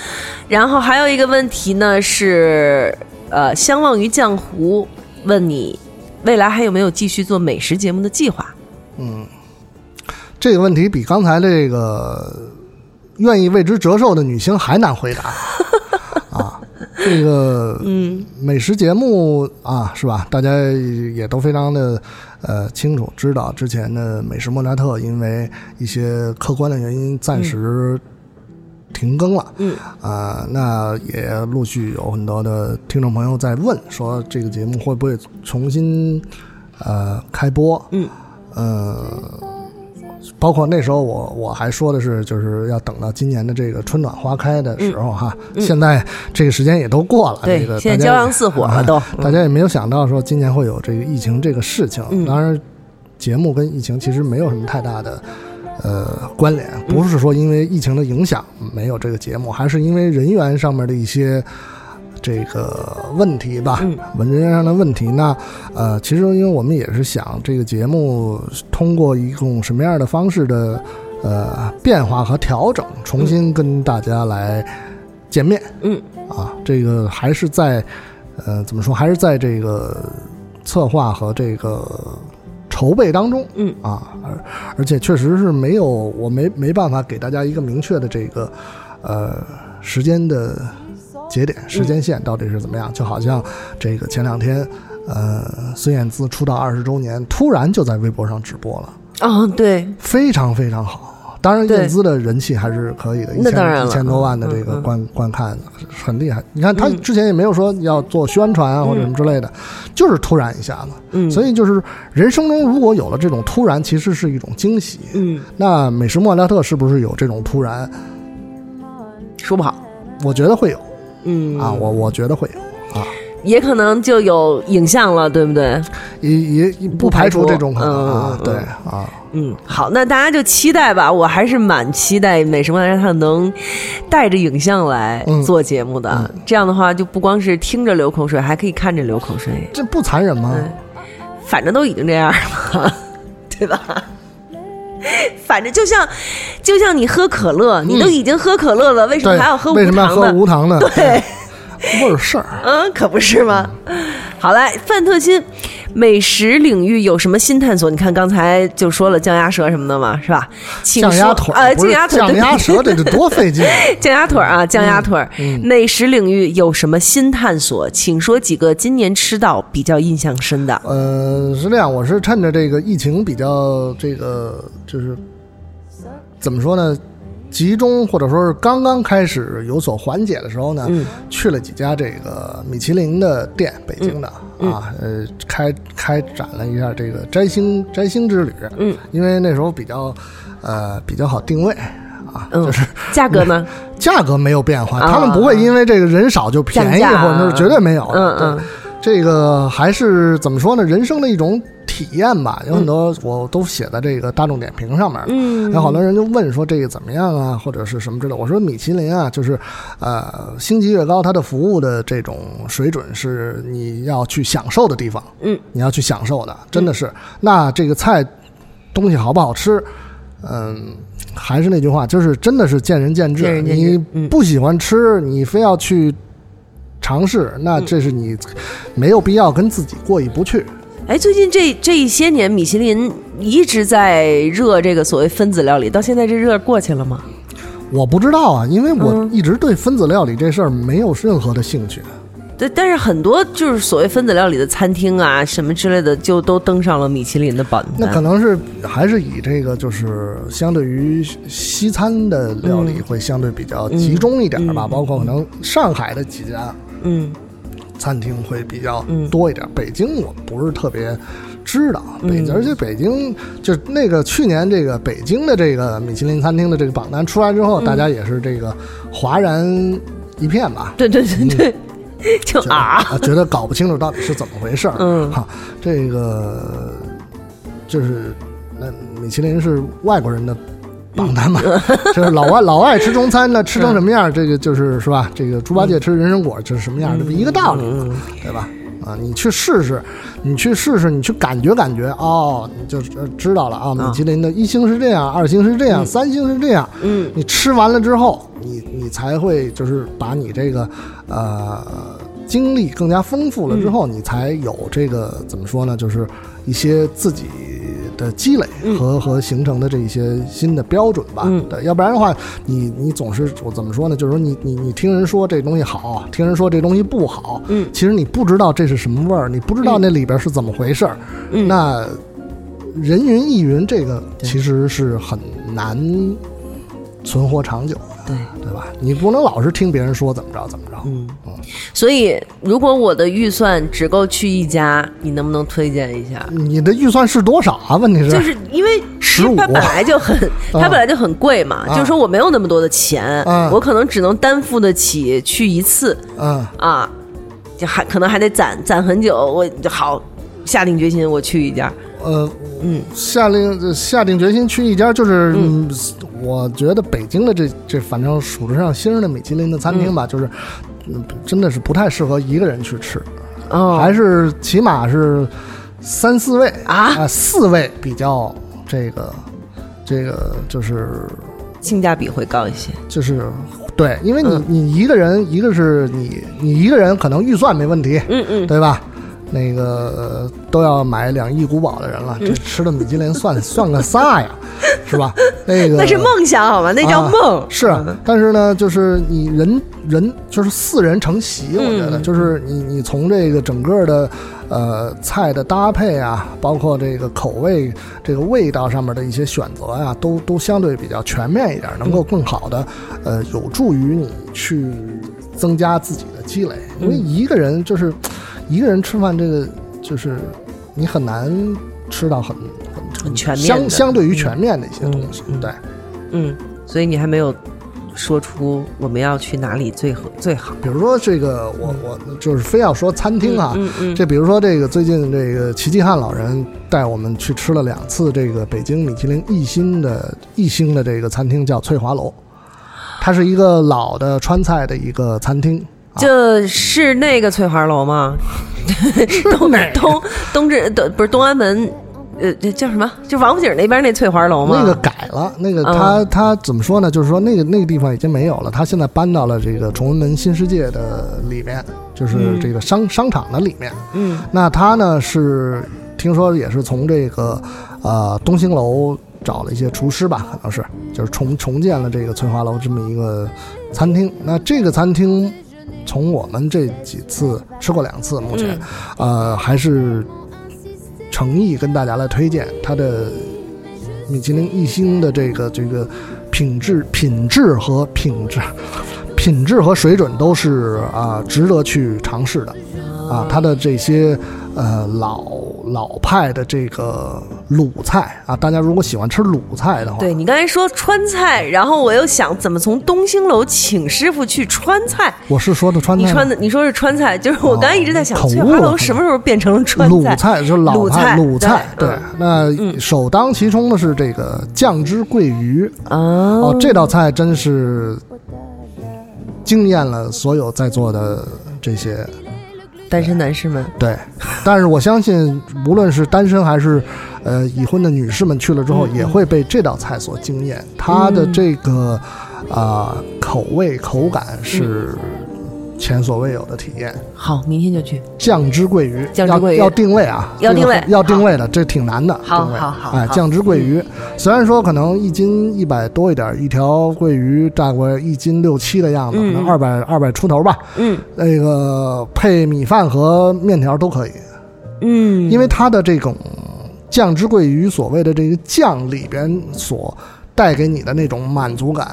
Speaker 2: 然后还有一个问题呢是，呃，相忘于江湖，问你未来还有没有继续做美食节目的计划？
Speaker 3: 这个问题比刚才这个愿意为之折寿的女星还难回答啊！这个嗯，美食节目啊，是吧？大家也都非常的呃清楚，知道之前的美食莫扎特因为一些客观的原因暂时停更了，
Speaker 2: 嗯
Speaker 3: 啊、那也陆续有很多的听众朋友在问说，这个节目会不会重新呃开播？
Speaker 2: 嗯，
Speaker 3: 呃。包括那时候我我还说的是，就是要等到今年的这个春暖花开的时候哈。现在这个时间也都过了，
Speaker 2: 嗯对
Speaker 3: 这个，
Speaker 2: 现
Speaker 3: 大
Speaker 2: 在
Speaker 3: 家啊
Speaker 2: 骄阳似火了都。
Speaker 3: 大家也没有想到说今年会有这个疫情这个事情。当然，节目跟疫情其实没有什么太大的呃关联，不是说因为疫情的影响没有这个节目，还是因为人员上面的一些。这个问题吧，文人员上的问题。那呃，其实因为我们也是想这个节目通过一种什么样的方式的呃变化和调整，重新跟大家来见面。
Speaker 2: 嗯，
Speaker 3: 啊，这个还是在呃，怎么说，还是在这个策划和这个筹备当中，
Speaker 2: 嗯
Speaker 3: 啊，而而且确实是没有，我没没办法给大家一个明确的这个呃时间的节点、时间线到底是怎么样，就好像这个前两天。呃，孙燕姿出道二十周年，突然就在微博上直播了，
Speaker 2: 哦，对，
Speaker 3: 非常非常好。当然，
Speaker 2: 对
Speaker 3: 燕姿的人气还是可以的，一
Speaker 2: 那当然
Speaker 3: 千
Speaker 2: 了
Speaker 3: 一千多万的这
Speaker 2: 嗯
Speaker 3: 个
Speaker 2: 嗯
Speaker 3: 观、观看很厉害。你看她之前也没有说要做宣传啊或者什么之类的，就是突然一下子。
Speaker 2: 嗯，
Speaker 3: 所
Speaker 2: 以
Speaker 3: 以就是人生中如果有了这种突然，其实是一种惊喜。
Speaker 2: 嗯，
Speaker 3: 那美食莫扎特是不是有这种突然？
Speaker 2: 说不好，
Speaker 3: 我觉得会有
Speaker 2: 嗯
Speaker 3: 啊，我我觉得会有。啊
Speaker 2: 也可能就有影像了，对不对？
Speaker 3: 也也也
Speaker 2: 不
Speaker 3: 不
Speaker 2: 排
Speaker 3: 排
Speaker 2: 除
Speaker 3: 除这种可能啊
Speaker 2: 嗯嗯，嗯
Speaker 3: 对啊，
Speaker 2: 嗯，好，那大家就期待吧。我还是蛮期待美食莫扎特能带着影像来
Speaker 3: 嗯
Speaker 2: 做节目的。这样的话，就不光是听着流口水，还可以看着流口水。
Speaker 3: 这不残忍吗？
Speaker 2: 反正都已经这样了， 对吧？反正就像，就像你喝可乐，你都已经喝可乐了，为什么
Speaker 3: 嗯对
Speaker 2: 还要喝，无
Speaker 3: 为什么要
Speaker 2: 糖
Speaker 3: 喝
Speaker 2: 的？
Speaker 3: 无糖的？
Speaker 2: 对，
Speaker 3: 味儿事儿。
Speaker 2: 嗯，可不是吗？好来，范特新，美食领域有什么新探索？你看刚才就说了酱鸭舌什么的嘛，是吧？请
Speaker 3: 酱鸭
Speaker 2: 说
Speaker 3: 腿儿
Speaker 2: 呃，
Speaker 3: 不
Speaker 2: 酱
Speaker 3: 是
Speaker 2: 鸭腿，
Speaker 3: 酱鸭舌，这
Speaker 2: 对
Speaker 3: 得多费劲。
Speaker 2: 酱鸭腿儿
Speaker 3: 嗯
Speaker 2: 啊，酱鸭腿儿。美食领域有什么新探索？请说几个今年吃到比较印象深的。
Speaker 3: 呃，是这样，我是趁着这个疫情比较这个就是怎么说呢，集中或者说是刚刚开始有所缓解的时候呢，
Speaker 2: 嗯
Speaker 3: 去了几家这个米其林的店，北京的、
Speaker 2: 嗯
Speaker 3: 啊，呃，开开展了一下这个摘星摘星之旅，嗯，因为那时候比较呃比较好定位。啊，
Speaker 2: 嗯
Speaker 3: 就是
Speaker 2: 价格呢？
Speaker 3: 价格没有变化，
Speaker 2: 啊
Speaker 3: 他们不会因为这个人少就便宜，
Speaker 2: 降价
Speaker 3: 或者是绝对没有。
Speaker 2: 嗯
Speaker 3: 对
Speaker 2: 嗯
Speaker 3: 这个还是怎么说呢？人生的一种体验吧。有很多我都写在这个大众点评上面了。
Speaker 2: 嗯
Speaker 3: 有好多人就问说这个怎么样啊，或者是什么之类的。我说米其林啊，就是呃，星级越高，它的服务的这种水准是你要去享受的地方，
Speaker 2: 嗯，
Speaker 3: 你要去享受的，真的是。那这个菜东西好不好吃，嗯。还是那句话，就是真的是见仁见智。
Speaker 2: 见仁见智嗯
Speaker 3: 你不喜欢吃，你非要去尝试，那这是你没有必要跟自己过意不去。
Speaker 2: 哎，最近这这一些年，米其林一直在热这个所谓分子料理，到现在这热过去了吗？
Speaker 3: 我不知道啊，因为我
Speaker 2: 嗯
Speaker 3: 一直对分子料理这事儿没有任何的兴趣。
Speaker 2: 对，但是很多就是所谓分子料理的餐厅啊，什么之类的，就都登上了米其林的榜单。
Speaker 3: 那可能是还是以这个就是相对于西餐的料
Speaker 2: 嗯
Speaker 3: 理会相对比较集中一点吧，包括可能上海的几家
Speaker 2: 嗯
Speaker 3: 餐厅会比较多一点。北京我不是特别知道，啊
Speaker 2: 嗯
Speaker 3: 北京、而且北京就那个去年这个北京的这个米其林餐厅的这个榜单出来之
Speaker 2: 嗯
Speaker 3: 后，大家也是这个哗然一片吧，
Speaker 2: 对对对对， 就
Speaker 3: 觉得
Speaker 2: 啊，
Speaker 3: 啊，觉得搞不清楚到底是怎么回事儿。
Speaker 2: 嗯
Speaker 3: 哈，这个就是那米其林是外国人的。榜单嘛，就是老外老外吃中餐呢，吃成什么样儿，这个就是是吧？这个猪八戒吃人参果就是什么样儿，这不一个道理嘛，对吧？啊，你去试试，你去试试，你去感觉感觉，哦，你就知知道了啊。米其林的一星是这样，二星是这样，三星是这样。嗯，你吃完了之后，你你才会就是把你这个呃经历更加丰富了之后，你才有这个怎么说呢？就是一些自己的的积累和、和形成的这一些新的标准吧。对，要不然的话，你你总是我怎么说呢？就是说你你你听人说这东西好，听人说这东西不好，嗯，其实你不知道这是什么味儿，你不知道那里边是怎么回事儿，那人云亦云，这个其实是很难存活长久的，
Speaker 2: 对
Speaker 3: 对吧？你不能老是听别人说怎么着怎么着，嗯，
Speaker 2: 所以如果我的预算只够去一家，你能不能推荐一下？
Speaker 3: 你的预算是多少啊？问嗯题是，
Speaker 2: 就是因为其实它
Speaker 3: 15
Speaker 2: 本来就 很，它本来就很贵嘛，就是说我没有那么多的钱，
Speaker 3: 啊
Speaker 2: 我可能只能担负得起去一次
Speaker 3: 嗯。
Speaker 2: 啊，就还可能还得攒攒很久，我就好下定决心我去一家，
Speaker 3: 呃，嗯，下令下定决心去一家，就是、嗯我觉得北京的这这，反正数得上星儿的米其林的餐厅吧，就是、嗯真的是不太适合一个人去吃，
Speaker 2: 哦，
Speaker 3: 还是起码是三四位
Speaker 2: 啊
Speaker 3: 四位比较这个这个就是
Speaker 2: 性价比会高一些，
Speaker 3: 就是对，因为你、
Speaker 2: 嗯
Speaker 3: 你一个人，一个是你你一个人可能预算没问题，
Speaker 2: 嗯嗯，
Speaker 3: 对吧？那个呃都要买两亿古堡的人了，
Speaker 2: 嗯
Speaker 3: 这吃的米其林算算个啥呀？是吧？那个
Speaker 2: 那是梦想好吗？那叫梦
Speaker 3: 啊，是，
Speaker 2: 嗯
Speaker 3: 但是呢，就是你人人就是四人成席，我觉得、
Speaker 2: 嗯
Speaker 3: 就是你你从这个整个的呃菜的搭配啊，包括这个口味、这个味道上面的一些选择啊，都都相对比较全面一点，能够更好的呃有助于你去增加自己的积累，因为一个人就是一个人吃饭，这个就是你很难吃到很很
Speaker 2: 很全面的
Speaker 3: 相相对于全面的一些东西，对。
Speaker 2: 嗯，所以你还没有说出我们要去哪里最合最好，
Speaker 3: 比如说这个，我我就是非要说餐厅啊，
Speaker 2: 嗯嗯，
Speaker 3: 这比如说这个最近这个齐继汉老人带我们去吃了两次这个北京米其林一星的一星的这个餐厅，叫翠华楼，它是一个老的川菜的一个餐厅。啊
Speaker 2: 就是那个翠华楼吗？ 东 东东至东不是东安门，呃，这叫什么？就王府井那边那翠华楼吗？
Speaker 3: 那个改了，那个
Speaker 2: 嗯
Speaker 3: 他他怎么说呢？就是说那个那个地方已经没有了，他现在搬到了这个崇文门新世界的里面，就是这个商、商场的里面。
Speaker 2: 嗯，
Speaker 3: 那他呢是听说也是从这个呃东兴楼找了一些厨师吧，可能是就是重重建了这个翠华楼这么一个餐厅。那这个餐厅从我们这几次吃过两次，目前、
Speaker 2: 嗯
Speaker 3: 呃还是诚意跟大家来推荐它的米其林一星的这个这个品质、品质和品质、 品质和水准都是啊、值得去尝试的啊。它的这些呃老老派的这个鲁菜啊，大家如果喜欢吃鲁菜的话，
Speaker 2: 对你刚才说川菜，然后我又想怎么从东兴楼请师傅去川菜。
Speaker 3: 我是说的川菜
Speaker 2: 你
Speaker 3: 吗，
Speaker 2: 川的你说是川菜，就是我刚才一直在想，
Speaker 3: 嗯口误
Speaker 2: 翠华楼
Speaker 3: 了
Speaker 2: 什么时候变成了川
Speaker 3: 鲁
Speaker 2: 菜？
Speaker 3: 菜就是老
Speaker 2: 鲁菜
Speaker 3: 派鲁菜，
Speaker 2: 对嗯
Speaker 3: 对。那首当其冲的是这个酱汁桂鱼
Speaker 2: 哦
Speaker 3: 哦，这道菜真是惊艳了所有在座的这些
Speaker 2: 单身男士们，
Speaker 3: 对，但是我相信，无论是单身还是呃已婚的女士们去了之后，也会被这道菜所惊艳。它的这个啊、口味口感是前所未有的体验。
Speaker 2: 好，明天就去。
Speaker 3: 酱汁桂鱼，
Speaker 2: 酱汁桂鱼
Speaker 3: 要要定位啊，
Speaker 2: 要
Speaker 3: 这个
Speaker 2: 定位
Speaker 3: 很要定位的，这挺难的。
Speaker 2: 好
Speaker 3: 定位
Speaker 2: 好好
Speaker 3: 哎，
Speaker 2: 好
Speaker 3: 酱汁桂鱼，虽然说可能一斤一百多一点，一条桂鱼大概一斤六七的样子，可能二百二百出头吧。
Speaker 2: 嗯，
Speaker 3: 那个配米饭和面条都可以，
Speaker 2: 嗯，
Speaker 3: 因为它的这种酱汁桂鱼所谓的这个酱里边所带给你的那种满足感，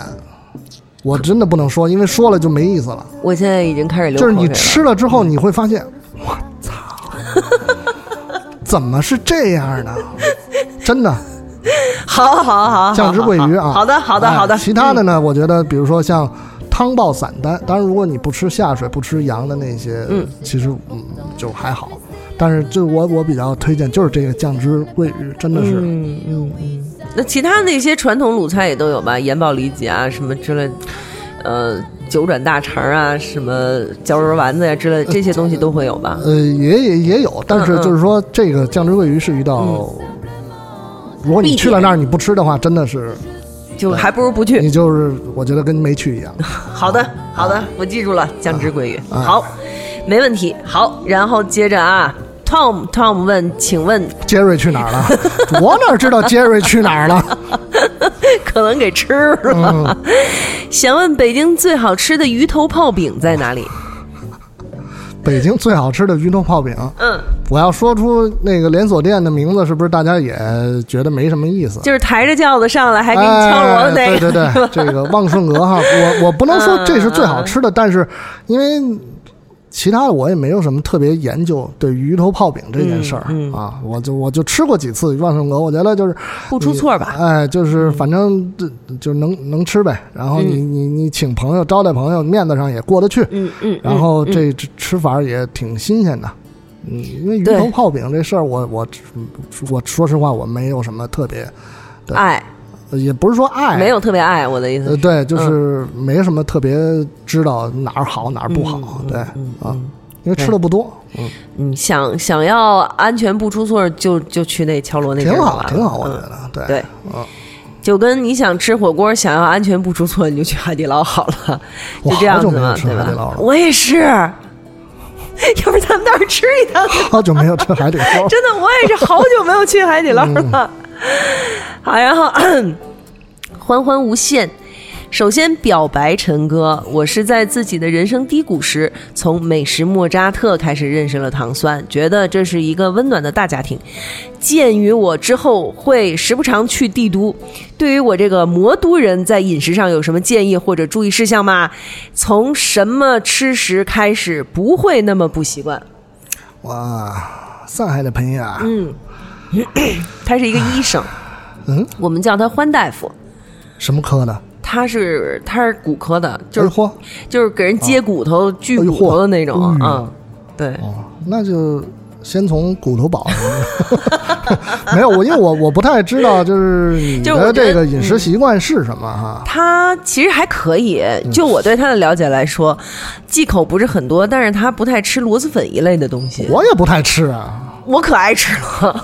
Speaker 3: 我真的不能说，因为说了就没意思了。
Speaker 2: 我现在已经开始流
Speaker 3: 就
Speaker 2: 口水
Speaker 3: 是
Speaker 2: 了。嗯
Speaker 3: 你吃了之后，你会发现，我操，怎么是这样 呢？真的，
Speaker 2: 好，好好好，
Speaker 3: 酱汁桂鱼啊，
Speaker 2: 好的，好的，
Speaker 3: 哎
Speaker 2: 好的。
Speaker 3: 其他的
Speaker 2: 嗯
Speaker 3: 呢，我觉得比如说像汤爆散丹，当然如果你不吃下水、不吃羊的那些，嗯，其实嗯就还好。但是就我我比较推荐就是这个酱汁桂鱼，真的是
Speaker 2: 嗯嗯嗯，那其他那些传统鲁菜也都有吧？盐爆里脊啊，什么之类，呃，九转大肠啊，什么绞肉丸子呀、之类，这些东西都会有吧？
Speaker 3: 呃，也也也有，但是
Speaker 2: 嗯嗯
Speaker 3: 就是说，这个酱汁桂鱼是一道，
Speaker 2: 嗯
Speaker 3: 如果你去了那儿你不吃的话，真的是
Speaker 2: 就还不如不去。
Speaker 3: 你就是我觉得跟没去一样。
Speaker 2: 好的，好的，我记住了，酱汁桂鱼。好，没问题。好，然后接着啊， Tom Tom 问，请问
Speaker 3: Jerry 去哪儿了？我哪知道 Jerry 去哪儿了？
Speaker 2: 可能给吃
Speaker 3: 嗯
Speaker 2: 了。想问北京最好吃的鱼头泡饼在哪里？
Speaker 3: 北京最好吃的鱼头泡饼，
Speaker 2: 嗯，
Speaker 3: 我要说出那个连锁店的名字，是不是大家也觉得没什么意思？
Speaker 2: 就是抬着轿子上来还给你敲锣的那
Speaker 3: 哎、对
Speaker 2: 个，
Speaker 3: 对对，这个旺盛鹅哈，我我不能说这是最好吃
Speaker 2: 嗯
Speaker 3: 的，但是因为其他的我也没有什么特别研究对鱼头泡饼这件事儿、
Speaker 2: 嗯
Speaker 3: 啊，我就我就吃过几次旺盛鹅，我觉得就是
Speaker 2: 不出错吧？
Speaker 3: 哎，
Speaker 2: 嗯
Speaker 3: 就是反正这就能能吃呗，然后你、你你请朋友招待朋友，面子上也过得去，
Speaker 2: 嗯嗯，
Speaker 3: 然后这吃吃法儿也挺新鲜的。嗯，因为鱼头
Speaker 2: 对
Speaker 3: 泡饼这事儿，我我我说实话，我没有什么特别，对
Speaker 2: 爱
Speaker 3: 也不是说爱，
Speaker 2: 没有特嗯别爱我的意思
Speaker 3: 呃，
Speaker 2: 是。
Speaker 3: 对，就是没什么特别知道哪儿好哪儿不好，对啊，因为吃的不多，
Speaker 2: 嗯，想想要安全不出错，就就去那敲锣那地
Speaker 3: 挺
Speaker 2: 儿
Speaker 3: 好，
Speaker 2: 吧
Speaker 3: 挺好，我觉
Speaker 2: 嗯
Speaker 3: 得，对
Speaker 2: 对，
Speaker 3: 嗯，
Speaker 2: 就跟你想吃火锅，想要安全不出错，你就去海底捞好了，
Speaker 3: 我
Speaker 2: 就这样
Speaker 3: 好
Speaker 2: 子
Speaker 3: 久没有
Speaker 2: 嘛，
Speaker 3: 吃
Speaker 2: 对
Speaker 3: 海底捞
Speaker 2: 吧
Speaker 3: 了？
Speaker 2: 我也是， 要不然咱们到时候吃一趟。
Speaker 3: 好久没有吃海 底捞了，
Speaker 2: 哎真的，我也是好久没有去海底捞了。 好， 然后欢欢无限。首先表白陈哥，我是在自己的人生低谷时，从美食莫扎特开始认识了糖蒜，觉得这是一个温暖的大家庭。鉴于我之后会时不常去帝都，对于我这个魔都人在饮食上有什么建议或者注意事项吗？从什么吃食开始不会那么不习惯？
Speaker 3: 哇，上海的朋友啊，
Speaker 2: 嗯他是一个医生，
Speaker 3: 嗯，
Speaker 2: 我们叫他欢大夫。
Speaker 3: 什么科的？
Speaker 2: 他是他是骨科的，就
Speaker 3: 哎
Speaker 2: 是、
Speaker 3: 嚯，
Speaker 2: 就是给人接骨头、锯
Speaker 3: 哎呦
Speaker 2: 骨头的那种啊、
Speaker 3: 嚯
Speaker 2: 嗯，对，
Speaker 3: 哦，那就先从骨头 堡， 没有我，因为我我不太知道，就是你
Speaker 2: 就是我
Speaker 3: 的
Speaker 2: 觉得嗯
Speaker 3: 这个饮食习惯是什么哈？
Speaker 2: 他其实还可以。就我对他的了解来说，
Speaker 3: 嗯
Speaker 2: 忌口不是很多，但是他不太吃螺蛳粉一类的东西。
Speaker 3: 我也不太吃啊，
Speaker 2: 我可爱吃了，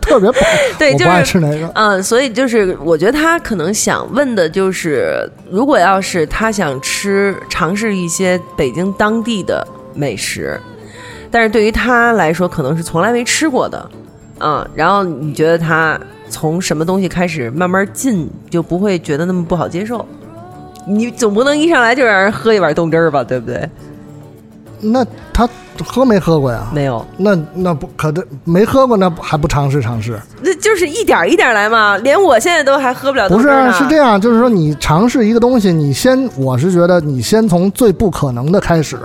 Speaker 3: 特别不，
Speaker 2: 对
Speaker 3: 我
Speaker 2: 就
Speaker 3: 不爱
Speaker 2: 是
Speaker 3: 吃那个，
Speaker 2: 嗯，所以就是我觉得他可能想问的就是，如果要是他想吃尝试一些北京当地的美食，但是对于他来说可能是从来没吃过的，嗯，然后你觉得他从什么东西开始慢慢进，就不会觉得那么不好接受？你总不能一上来就让人喝一碗冻汁儿吧，对不对？
Speaker 3: 那他喝没喝过呀？
Speaker 2: 没有，
Speaker 3: 那那不可得没喝过，那不还不尝试尝试？
Speaker 2: 那就是一点儿一点儿来嘛。连我现在都还喝不了
Speaker 3: 不
Speaker 2: 冻
Speaker 3: 是
Speaker 2: 汁儿
Speaker 3: 啊，
Speaker 2: 呢。
Speaker 3: 是这样，就是说你尝试一个东西，你先，我是觉得你先从最不可能的开始，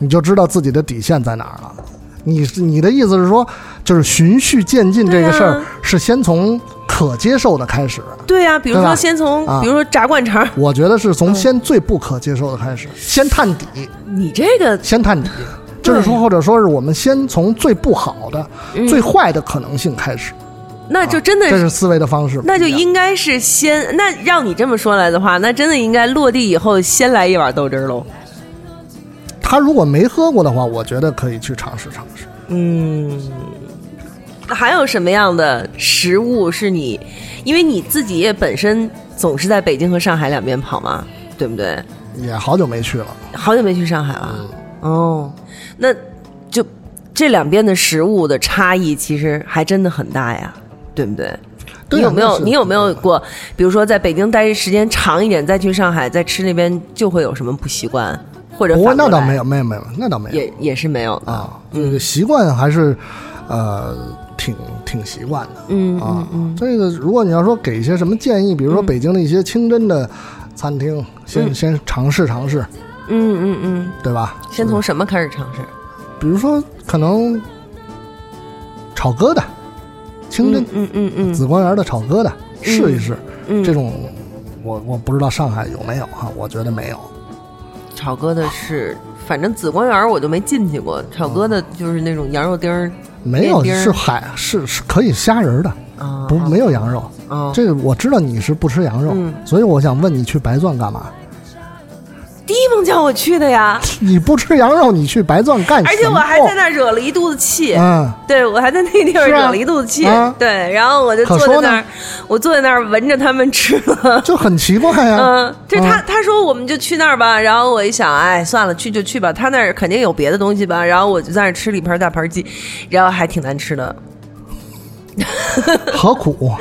Speaker 3: 你就知道自己的底线在哪儿了。你你的意思是说，就是循序渐进这个事儿、
Speaker 2: 对啊
Speaker 3: 是先从可接受的开始，
Speaker 2: 对呀、比如
Speaker 3: 对
Speaker 2: 说
Speaker 3: 吧
Speaker 2: 先从，
Speaker 3: 啊
Speaker 2: 比如说炸灌肠儿，
Speaker 3: 我觉得是从先最不可接受的开始，先探底，
Speaker 2: 你这个
Speaker 3: 先探底。
Speaker 2: 对
Speaker 3: 就是说，或者说是我们先从最不好的、最坏的可能性开始，
Speaker 2: 那嗯就真的
Speaker 3: 这
Speaker 2: 是。
Speaker 3: 是思维的方式不一
Speaker 2: 那
Speaker 3: 样。
Speaker 2: 就应该是先，那让你这么说来的话，那真的应该落地以后先来一碗豆汁儿喽。
Speaker 3: 他如果没喝过的话，我觉得可以去尝试尝试。
Speaker 2: 嗯，还有什么样的食物是你，因为你自己也本身总是在北京和上海两边跑嘛，对不对？
Speaker 3: 也好久没去了，
Speaker 2: 好久没去上海了。
Speaker 3: 嗯
Speaker 2: 哦，那就这两边的食物的差异其实还真的很大呀，对不对？
Speaker 3: 对
Speaker 2: 你
Speaker 3: 啊
Speaker 2: 有没有
Speaker 3: 那是
Speaker 2: 你有没有过，比如说在北京待时间长一点，再去上海再吃那边，就会有什么不习惯，或者
Speaker 3: 不过
Speaker 2: 反过
Speaker 3: 哦那倒
Speaker 2: 来
Speaker 3: 没有，没有没有，那倒没有
Speaker 2: 也嗯也是没有的。
Speaker 3: 啊。这个习惯还是呃挺挺习惯的，嗯啊。这个如果你要说给一些什么建议，
Speaker 2: 嗯
Speaker 3: 比如说北京的一些清真的餐厅，先先尝试尝试，
Speaker 2: 嗯嗯嗯，
Speaker 3: 对吧？
Speaker 2: 先从什么开始尝试？
Speaker 3: 比如说可能炒疙瘩，清真
Speaker 2: 嗯嗯嗯嗯，
Speaker 3: 紫光园的炒疙瘩试一试，
Speaker 2: 嗯
Speaker 3: 这种我我不知道上海有没有哈，我觉得没有。
Speaker 2: 炒疙瘩是，反正紫光园我就没进去过，炒疙瘩就是那种羊肉丁儿
Speaker 3: 没有，
Speaker 2: 面丁儿
Speaker 3: 是海是是可以虾仁儿的，
Speaker 2: 啊，
Speaker 3: 不没有羊肉。
Speaker 2: 啊，
Speaker 3: 这个我知道你是不吃羊肉，
Speaker 2: 嗯
Speaker 3: 所以我想问你去白钻干嘛？
Speaker 2: 第一梦叫我去的呀，
Speaker 3: 你不吃羊肉，你去白钻干什么？哦
Speaker 2: 而哎且我还在那儿惹了一肚子气。
Speaker 3: 嗯，
Speaker 2: 对，我还在那地方
Speaker 3: 是啊
Speaker 2: 惹了一肚子气，
Speaker 3: 啊
Speaker 2: 对，然后我就
Speaker 3: 可
Speaker 2: 坐
Speaker 3: 说
Speaker 2: 在那
Speaker 3: 呢
Speaker 2: 儿，我坐在那儿闻着他们吃了，
Speaker 3: 就很奇怪呀、
Speaker 2: 嗯，这他、
Speaker 3: 嗯
Speaker 2: 他说我们就去那儿吧，然后我一想，哎，算了，去就去吧，他那儿肯定有别的东西吧，然后我就在那儿吃了一盘大盘鸡，然后还挺难吃的，
Speaker 3: 何苦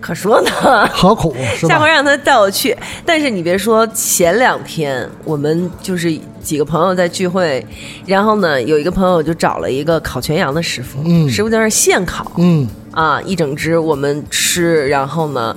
Speaker 2: 可说呢。
Speaker 3: 何苦 是
Speaker 2: 下
Speaker 3: 吧
Speaker 2: 回？让他带我去，但是你别说，前两天我们就是几个朋友在聚会，然后呢，有一个朋友就找了一个烤全羊的师傅，
Speaker 3: 嗯
Speaker 2: 师傅在那儿现烤，
Speaker 3: 嗯，
Speaker 2: 啊，一整只我们吃，然后呢，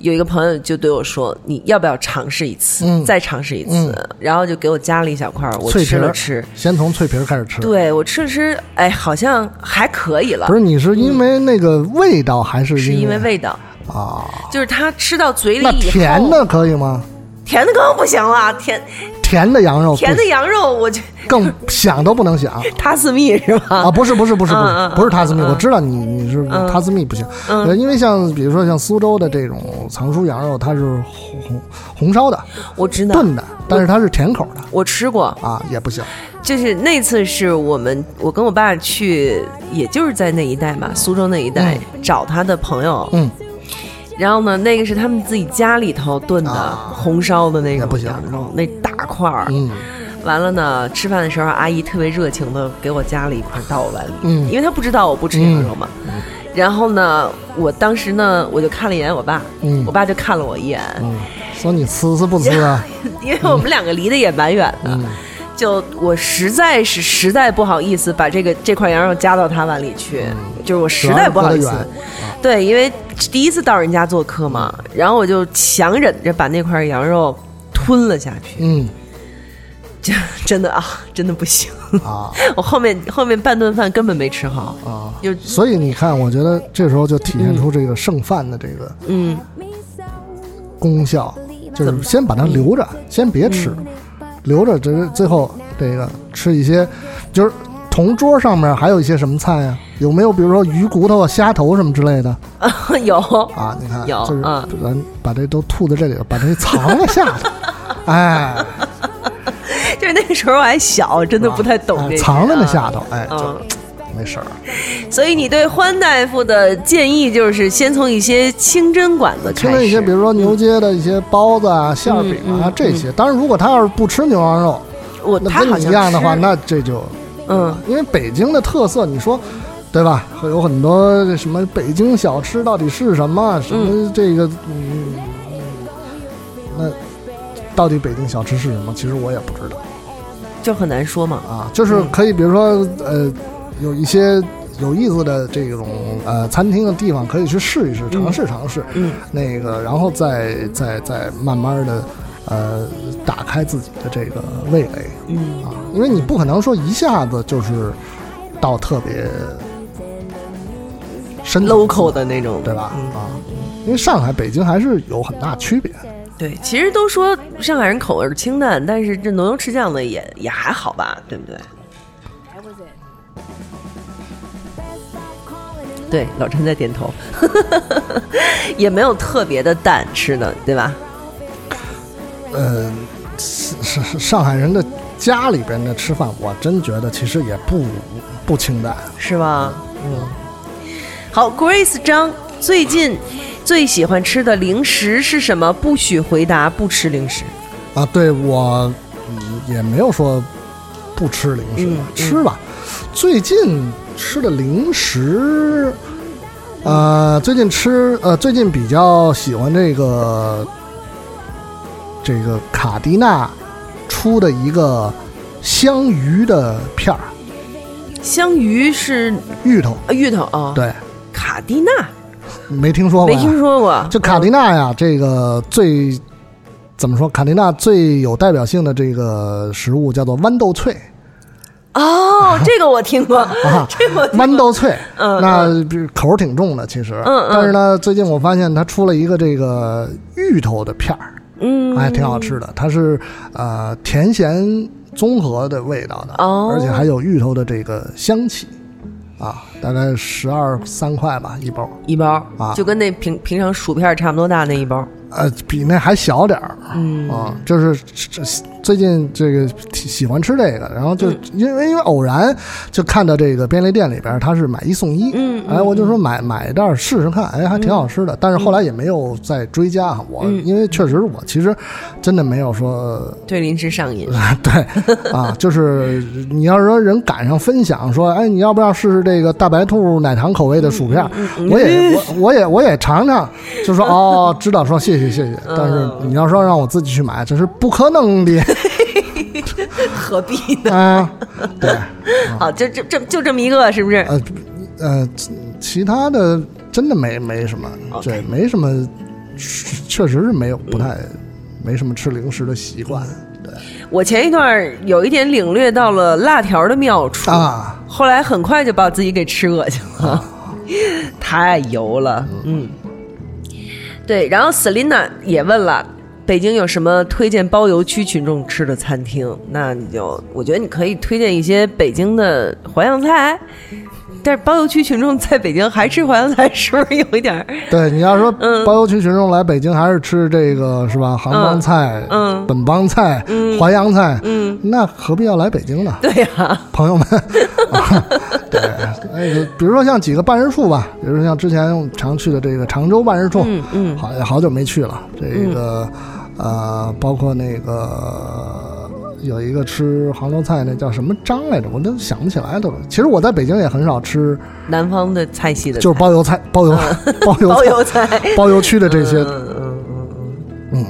Speaker 2: 有一个朋友就对我说：“你要不要尝试一次？
Speaker 3: 嗯
Speaker 2: 再尝试一次？”然后就给我夹了一小块儿，我
Speaker 3: 脆皮
Speaker 2: 吃了
Speaker 3: 儿
Speaker 2: 吃，
Speaker 3: 先从脆皮儿开始吃。，
Speaker 2: 对我吃了吃，哎，好像还可以了
Speaker 3: 不，是你是因为那个味道，还是
Speaker 2: 是因为
Speaker 3: 为
Speaker 2: 味道，
Speaker 3: 啊？
Speaker 2: 就是它吃到嘴里
Speaker 3: 那
Speaker 2: 以后，
Speaker 3: 甜的可以吗？
Speaker 2: 甜的更不行了，甜
Speaker 3: 甜的羊肉不
Speaker 2: 甜的羊肉，我就
Speaker 3: 更想都不能想
Speaker 2: 他斯密是吧？
Speaker 3: 啊！不是不是不是
Speaker 2: 嗯
Speaker 3: 不是
Speaker 2: 嗯
Speaker 3: 不是塔斯密，我知道你你是塔斯密不行，呃因为像比如说像苏州的这种藏书羊肉，它是红红红烧的
Speaker 2: 我知道，
Speaker 3: 炖的，但是它是甜口的
Speaker 2: 我吃过，
Speaker 3: 啊，也不行。
Speaker 2: 就是那次是我们，我跟我爸去，也就是在那一带嘛，苏州那一带、找他的朋友。
Speaker 3: 嗯，
Speaker 2: 然后呢，那个是他们自己家里头炖的、
Speaker 3: 啊
Speaker 2: 红烧的那
Speaker 3: 也不
Speaker 2: 种
Speaker 3: 行
Speaker 2: 羊肉，那大块儿。
Speaker 3: 嗯
Speaker 2: 完了呢，吃饭的时候阿姨特别热情的给我夹了一块到我碗里，
Speaker 3: 嗯
Speaker 2: 因为她不知道我不吃羊肉嘛。然后呢，我当时呢，我就看了一眼我爸，
Speaker 3: 嗯
Speaker 2: 我爸就看了我一眼，
Speaker 3: 嗯，说你吃是不吃啊？
Speaker 2: 因为我们两个离得也蛮远的，
Speaker 3: 嗯
Speaker 2: 就我实在是实在不好意思把这个这块羊肉夹到他碗里去，就是我 实在不好意
Speaker 3: 嗯主
Speaker 2: 思
Speaker 3: 要是。
Speaker 2: 对，因为第一次到人家做客嘛，然后我就强忍着把那块羊肉吞了下去，
Speaker 3: 嗯
Speaker 2: 就 真的啊，真的不行。
Speaker 3: 啊。
Speaker 2: 我后面后面半顿饭根本没吃好，
Speaker 3: 啊，
Speaker 2: 就
Speaker 3: 所以你看，我觉得这时候就体现出这个剩饭的这个
Speaker 2: 嗯，
Speaker 3: 功效，就是先把它留
Speaker 2: 嗯
Speaker 3: 着，先别吃，留着这最后这个吃一些，就是同桌上面还有一些什么菜呀、有没有比如说鱼骨头啊、虾头什么之类的
Speaker 2: 有
Speaker 3: 啊？你看，
Speaker 2: 有
Speaker 3: 就是
Speaker 2: 嗯
Speaker 3: 咱把这都吐在这里了，把这藏在下头， 哎，
Speaker 2: 就是那个时候我还小，真的不太懂
Speaker 3: 哎
Speaker 2: 这些、
Speaker 3: 藏在那
Speaker 2: 啊
Speaker 3: 下头，哎，就
Speaker 2: 嗯
Speaker 3: 没事儿。
Speaker 2: 所以你对欢大夫的建议就是先从一些清真馆子
Speaker 3: 清
Speaker 2: 开
Speaker 3: 了
Speaker 2: 始，
Speaker 3: 一些，比如说牛街的一些包子啊、馅儿饼啊这些。当然，如果他要是不吃牛羊肉，
Speaker 2: 我
Speaker 3: 那
Speaker 2: 嗯他好
Speaker 3: 跟你
Speaker 2: 像
Speaker 3: 一样的话，
Speaker 2: 吃
Speaker 3: 那这就
Speaker 2: 嗯，
Speaker 3: 因为北京的特色，你说对吧？会有很多什么北京小吃到底是什么？什么这个嗯，那到底北京小吃是什么？其实我也不知道
Speaker 2: 就很难说嘛。
Speaker 3: 啊。就是
Speaker 2: 嗯
Speaker 3: 可以，比如说呃，有一些。有意思的这种呃餐厅的地方可以去试一试，尝试尝试，
Speaker 2: 嗯，
Speaker 3: 那个，然后再再再慢慢的，呃，打开自己的这个味蕾，
Speaker 2: 嗯
Speaker 3: 啊，因为你不可能说一下子就是到特别深层次
Speaker 2: ，local 嗯的那种，
Speaker 3: 对吧？？啊，因为上海、北京还是有很大区别。
Speaker 2: 对，其实都说上海人口味清淡，但是这浓油赤酱的也也还好吧，对不对？对，老陈在点头， 也没有特别的淡吃的，对吧？
Speaker 3: 呃，是是上海人的家里边的吃饭，我真觉得其实也不不清淡。
Speaker 2: 是吧？嗯。好，Grace 张最近最喜欢吃的零食是什么？不许回答不吃零食。
Speaker 3: 啊，对我嗯也没有说不吃零食吧，
Speaker 2: 嗯
Speaker 3: 吃吧。最近吃的零食，呃，最近吃呃，最近比较喜欢这个这个卡迪娜出的一个香芋的片儿，
Speaker 2: 香芋是
Speaker 3: 芋头，
Speaker 2: 啊芋头哦啊，
Speaker 3: 对，
Speaker 2: 卡蒂娜
Speaker 3: 没听说过
Speaker 2: 没
Speaker 3: 呀？
Speaker 2: 听说过，
Speaker 3: 就卡迪娜呀，这个最怎么说？卡迪娜最有代表性的这个食物叫做豌豆脆。
Speaker 2: 哦，这个我听 过，这个我听
Speaker 3: 豌
Speaker 2: 过。
Speaker 3: 豆脆，
Speaker 2: 嗯
Speaker 3: 那比口儿挺重的，其实，
Speaker 2: 嗯嗯
Speaker 3: 但是呢，最近我发现它出了一个这个芋头的片儿，
Speaker 2: 嗯，
Speaker 3: 还挺好吃的，它是呃甜咸综合的味道的，
Speaker 2: 哦
Speaker 3: 而且还有芋头的这个香气，啊，大概十二三块吧一包，
Speaker 2: 一包
Speaker 3: 啊
Speaker 2: 就跟那平平常薯片差不多大那一包，
Speaker 3: 呃，比那还小点儿，嗯啊，就是这最近这个喜喜欢吃这个，然后就
Speaker 2: 嗯
Speaker 3: 因为因为偶然就看到这个便利店里边儿它是买一送一，
Speaker 2: 嗯
Speaker 3: 哎，我就说买买一袋儿试试看，哎，还挺好吃的，但是后来也没有再追加，我
Speaker 2: 嗯
Speaker 3: 因为确实我其实真的没有说
Speaker 2: 对零食上瘾，
Speaker 3: 对 啊，就是你要是说人赶上分享说，哎，你要不要试试这个大白兔奶糖口味的薯片？我也我我也我也尝尝，就说哦，知道说谢谢谢谢，但是你要说让我自己去买，这是不可能的
Speaker 2: 何必呢？
Speaker 3: 啊。对，
Speaker 2: 好，就这这就这么一个，是不是？
Speaker 3: 呃呃，其其他的真的没没什么，对，没什么，确实是没有不太没什么吃零食的习惯
Speaker 2: 我前一段儿有一点领略到了辣条的妙处，
Speaker 3: 啊。
Speaker 2: 后来很快就把我自己给吃恶心 了，太油了，嗯，对。然后 Selina 也问了，北京有什么推荐包邮区群众吃的餐厅？那你就，我觉得你可以推荐一些北京的淮扬菜。但是包邮区群众在北京还吃淮扬菜，是不是有一点儿？
Speaker 3: 对，你要说包邮区群众来北京还是吃这个是吧？杭帮菜、
Speaker 2: 嗯
Speaker 3: 本帮菜、淮扬菜，嗯，那何必要来北京呢？
Speaker 2: 对呀、
Speaker 3: 朋友们， 啊对，那个比如说像几个办事处吧，比如说像之前我们常去的这个常州办事处，嗯嗯，好好久没去了。这个、呃，包括那个有一个吃杭州菜，那叫什么张来着，我都想不起来都。其实我在北京也很少吃，
Speaker 2: 南方的菜系的菜
Speaker 3: 就是包邮菜、 包邮、嗯包邮、嗯
Speaker 2: 包邮菜，
Speaker 3: 包邮区的这些
Speaker 2: 嗯
Speaker 3: 嗯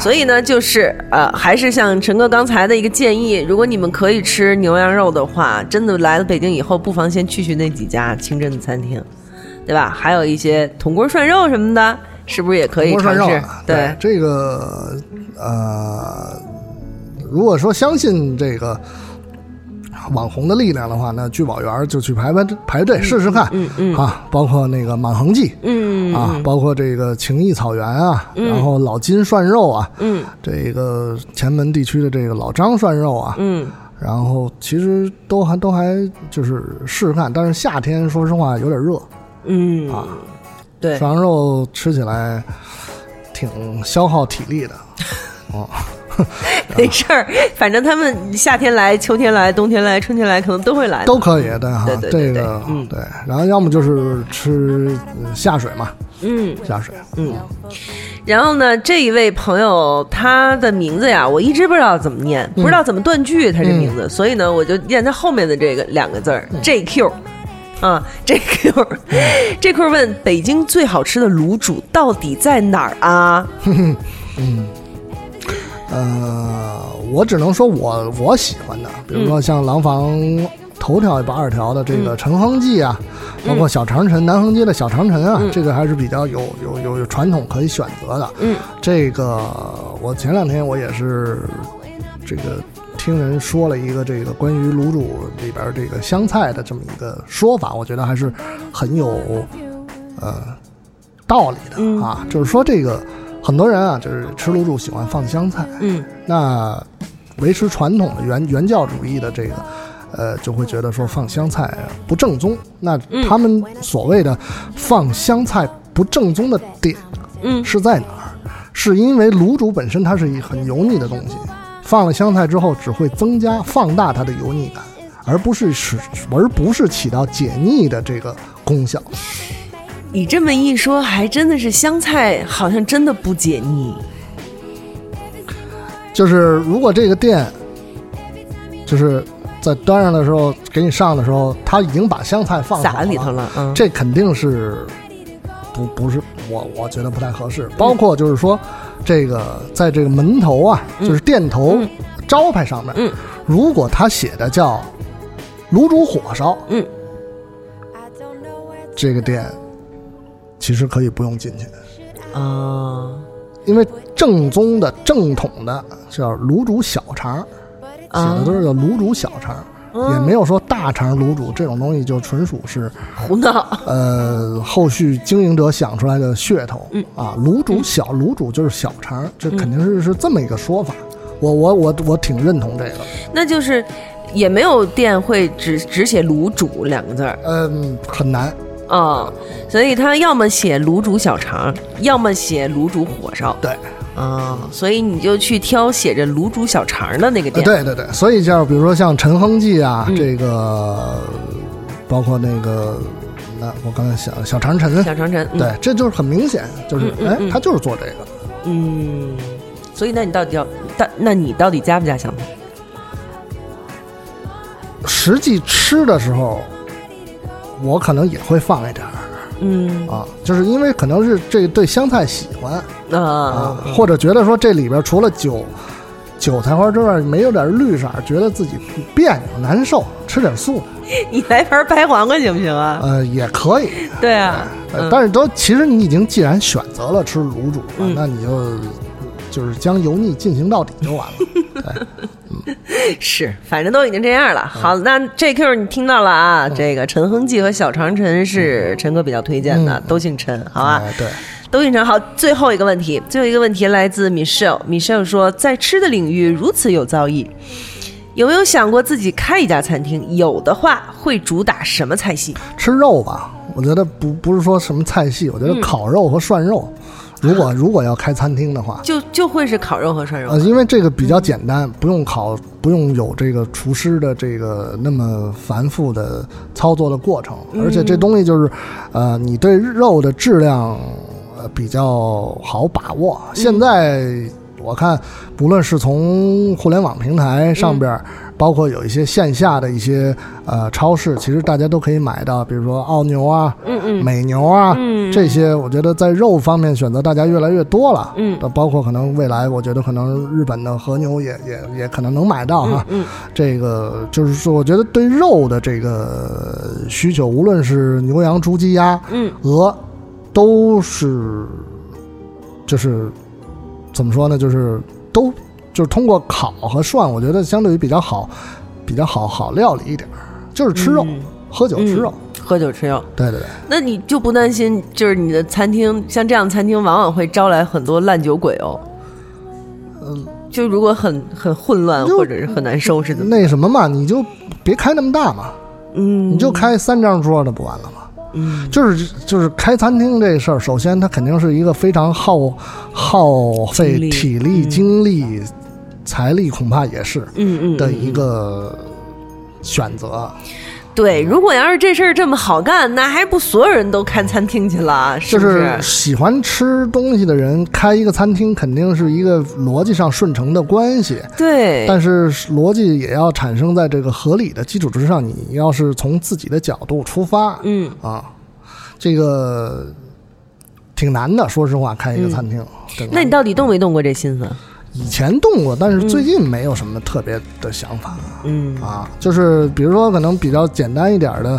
Speaker 2: 所以呢，就是呃，还是像陈哥刚才的一个建议，如果你们可以吃牛羊肉的话，真的来了北京以后，不妨先去去那几家清真的餐厅，对吧？还有一些铜锅涮肉什么的，是不是也可以
Speaker 3: 锅
Speaker 2: 尝
Speaker 3: 涮肉
Speaker 2: 试
Speaker 3: 啊，？
Speaker 2: 对，
Speaker 3: 这个呃，如果说相信这个网红的力量的话，那聚宝园就去排排排队试试看，嗯嗯啊，包括那个满恒记，嗯啊，包括这个情谊草原啊，然后老金涮肉啊，嗯，这个前门地区的这个老张涮肉啊，嗯。然后其实都还都还就是试试看，但是夏天说实话有点热，
Speaker 2: 嗯，对，
Speaker 3: 啊涮羊肉吃起来挺消耗体力的，啊
Speaker 2: 没事儿，反正他们夏天来、秋天来、冬天来、春天来，可能都会来的。
Speaker 3: 都可以的哈
Speaker 2: 对。对对
Speaker 3: 这个
Speaker 2: 对嗯
Speaker 3: 对，然后要么就是吃呃下水嘛，
Speaker 2: 嗯，
Speaker 3: 下水。
Speaker 2: 然后呢，这一位朋友他的名字呀，我一直不知道怎么念，不知道怎么断句，他这名
Speaker 3: 嗯
Speaker 2: 字，所以呢，我就念他后面的这个两个字儿、JQ。啊，JQ，JQ、问
Speaker 3: 嗯
Speaker 2: 北京最好吃的卤煮到底在哪儿啊？
Speaker 3: 呃，我只能说我我喜欢的，比如说像廊坊头条一把二条的这个陈亨记啊，包括小长城南横街的小长城啊，这个还是比较有有有有传统可以选择的。嗯，这个我前两天我也是这个。听人说了一个这个关于卤煮里边这个香菜的这么一个说法，我觉得还是很有呃道理的啊，就是说这个很多人啊，就是吃卤煮喜欢放香菜，
Speaker 2: 嗯，
Speaker 3: 那维持传统的原原教旨主义的这个。呃，就会觉得说放香菜不正宗。那他们所谓的放香菜不正宗的点，
Speaker 2: 嗯
Speaker 3: 是在哪儿？是因为卤煮本身它是一很油腻的东西，放了香菜之后只会增加放大它的油腻感，而不是使而不是起到解腻的这个功效。
Speaker 2: 你这么一说，还真的是香菜，好像真的不解腻。
Speaker 3: 就是如果这个店，就是在端上的时候给你上的时候，他已经把香菜放好
Speaker 2: 撒里头
Speaker 3: 了，
Speaker 2: 了，嗯，
Speaker 3: 这肯定是不不是我我觉得不太合适。包括就是说，这个在这个门头啊，就是店头招牌上面，
Speaker 2: 嗯
Speaker 3: 如果他写的叫卤煮火烧，
Speaker 2: 嗯，
Speaker 3: 这个店其实可以不用进去。
Speaker 2: 啊
Speaker 3: 因为正宗的、正统的叫卤煮小肠，写的都是叫卤煮小肠，
Speaker 2: 哦
Speaker 3: 也没有说大肠卤煮这种东西，就纯属是
Speaker 2: 啊胡闹，
Speaker 3: 呃后续经营者想出来的噱头、
Speaker 2: 嗯
Speaker 3: 啊。卤煮小卤煮就是小肠，这肯定是是这么一个说法。我我我我挺认同这个，
Speaker 2: 那就是也没有店会只只写卤煮两个字儿
Speaker 3: 呃嗯，很难，
Speaker 2: 哦，所以他要么写卤煮小肠，要么写卤煮火烧。
Speaker 3: 对，
Speaker 2: 啊、所以你就去挑写着卤煮小肠的那个
Speaker 3: 呃
Speaker 2: 店。
Speaker 3: 对对对，所以像比如说像陈亨记啊，
Speaker 2: 嗯
Speaker 3: 这个包括那个，那我刚才想小长城，
Speaker 2: 小长城，嗯、
Speaker 3: 对，这就是很明显，就是哎，他就是做这个。
Speaker 2: 嗯，所以那你到底要，到那你到底加不加香菜？
Speaker 3: 实际吃的时候，我可能也会放一点儿
Speaker 2: 嗯
Speaker 3: 啊，就是因为可能是这对香菜喜欢
Speaker 2: 啊
Speaker 3: 啊，或者觉得说这里边除了韭韭菜花之外没有点绿色儿，觉得自己别扭难受，吃点素的，
Speaker 2: 你来盘白黄瓜行不行啊？
Speaker 3: 呃，也可以。
Speaker 2: 对啊，
Speaker 3: 呃
Speaker 2: 嗯
Speaker 3: 但是都其实你已经既然选择了吃卤煮了，
Speaker 2: 嗯
Speaker 3: 那你就就是将油腻进行到底就完了。
Speaker 2: 是，反正都已经这样了。好，那 JQ 你听到了啊？这个陈亨记和小长城是陈哥比较推荐的，
Speaker 3: 嗯
Speaker 2: 都姓陈， 好啊，
Speaker 3: 哎对，
Speaker 2: 都姓陈。好，最后一个问题，最后一个问题来自 Michelle。Michelle 说，在吃的领域如此有造诣，有没有想过自己开一家餐厅？有的话，会主打什么菜系？
Speaker 3: 吃肉吧，我觉得不不是说什么菜系，我觉
Speaker 2: 嗯
Speaker 3: 得烤肉和涮肉，如果如果要开餐厅的话，
Speaker 2: 就就会是烤肉和涮肉
Speaker 3: 呃，。因为这个比较简单，不用烤，不用有这个厨师的这个那么繁复的操作的过程，而且这东西就是，呃，你对肉的质量呃比较好把握。现在我看，不论是从互联网平台上边儿。包括有一些线下的一些呃超市，其实大家都可以买到，比如说澳牛啊，
Speaker 2: 嗯嗯
Speaker 3: 美牛啊，
Speaker 2: 嗯
Speaker 3: 这些我觉得在肉方面选择大家越来越多了，
Speaker 2: 嗯，
Speaker 3: 包括可能未来，我觉得可能日本的和牛也也也可能能买到哈，
Speaker 2: 嗯
Speaker 3: 这个就是说，我觉得对肉的这个需求，无论是牛羊、猪、鸡、鸭、
Speaker 2: 嗯
Speaker 3: 鹅，都是就是怎么说呢，就是都就是通过烤和涮，我觉得相对于比较好，比较好好料理一点儿，就是吃肉、
Speaker 2: 嗯
Speaker 3: 喝酒吃肉，
Speaker 2: 喝酒吃肉，
Speaker 3: 对对对。
Speaker 2: 那你就不担心，就是你的餐厅像这样的餐厅，往往会招来很多烂酒鬼哦。
Speaker 3: 呃
Speaker 2: 嗯，就如果很很混乱
Speaker 3: 就
Speaker 2: 或者是很难收拾的，
Speaker 3: 那什么嘛，你就别开那么大嘛，
Speaker 2: 嗯
Speaker 3: 你就开三张桌的不完了吗？
Speaker 2: 嗯
Speaker 3: 就是就是开餐厅这事儿，首先它肯定是一个非常耗耗
Speaker 2: 精
Speaker 3: 费
Speaker 2: 力
Speaker 3: 体力、
Speaker 2: 嗯
Speaker 3: 精力、财力，恐怕也是
Speaker 2: 嗯嗯
Speaker 3: 的
Speaker 2: 嗯
Speaker 3: 一个选择。嗯
Speaker 2: 对。如果要是这事儿这么好干，那还不所有人都看餐厅去了，是
Speaker 3: 就
Speaker 2: 不
Speaker 3: 是喜欢吃东西的人开一个餐厅，肯定是一个逻辑上顺承的关系。
Speaker 2: 对，
Speaker 3: 但是逻辑也要产生在这个合理的基础之上。你要是从自己的角度出发，
Speaker 2: 嗯
Speaker 3: 啊，这个挺难的。说实话，开一个餐厅，真的
Speaker 2: 嗯那你到底动没动过这心思？
Speaker 3: 以前动过，但是最近没有什么特别的想法、
Speaker 2: 嗯
Speaker 3: 啊。就是比如说，可能比较简单一点儿的，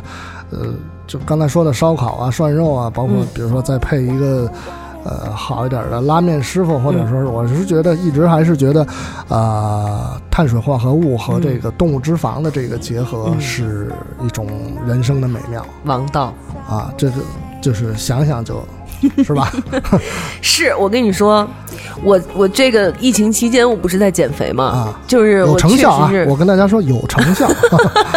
Speaker 3: 呃，就刚才说的烧烤啊、涮肉啊，包括
Speaker 2: 嗯
Speaker 3: 比如说再配一个。呃，好一点儿的拉面师傅，
Speaker 2: 嗯
Speaker 3: 或者说，我是觉得一直还是觉得，呃，碳水化合物和
Speaker 2: 嗯
Speaker 3: 这个动物脂肪的这个结合是一种人生的美妙。
Speaker 2: 王道。
Speaker 3: 啊，这个就是想 想就，是吧？
Speaker 2: 是我跟你说，我我这个疫情期间我不是在减肥吗？
Speaker 3: 啊
Speaker 2: 就是
Speaker 3: 有
Speaker 2: 我
Speaker 3: 成
Speaker 2: 确
Speaker 3: 效啊
Speaker 2: 实！是，
Speaker 3: 我跟大家说有成效，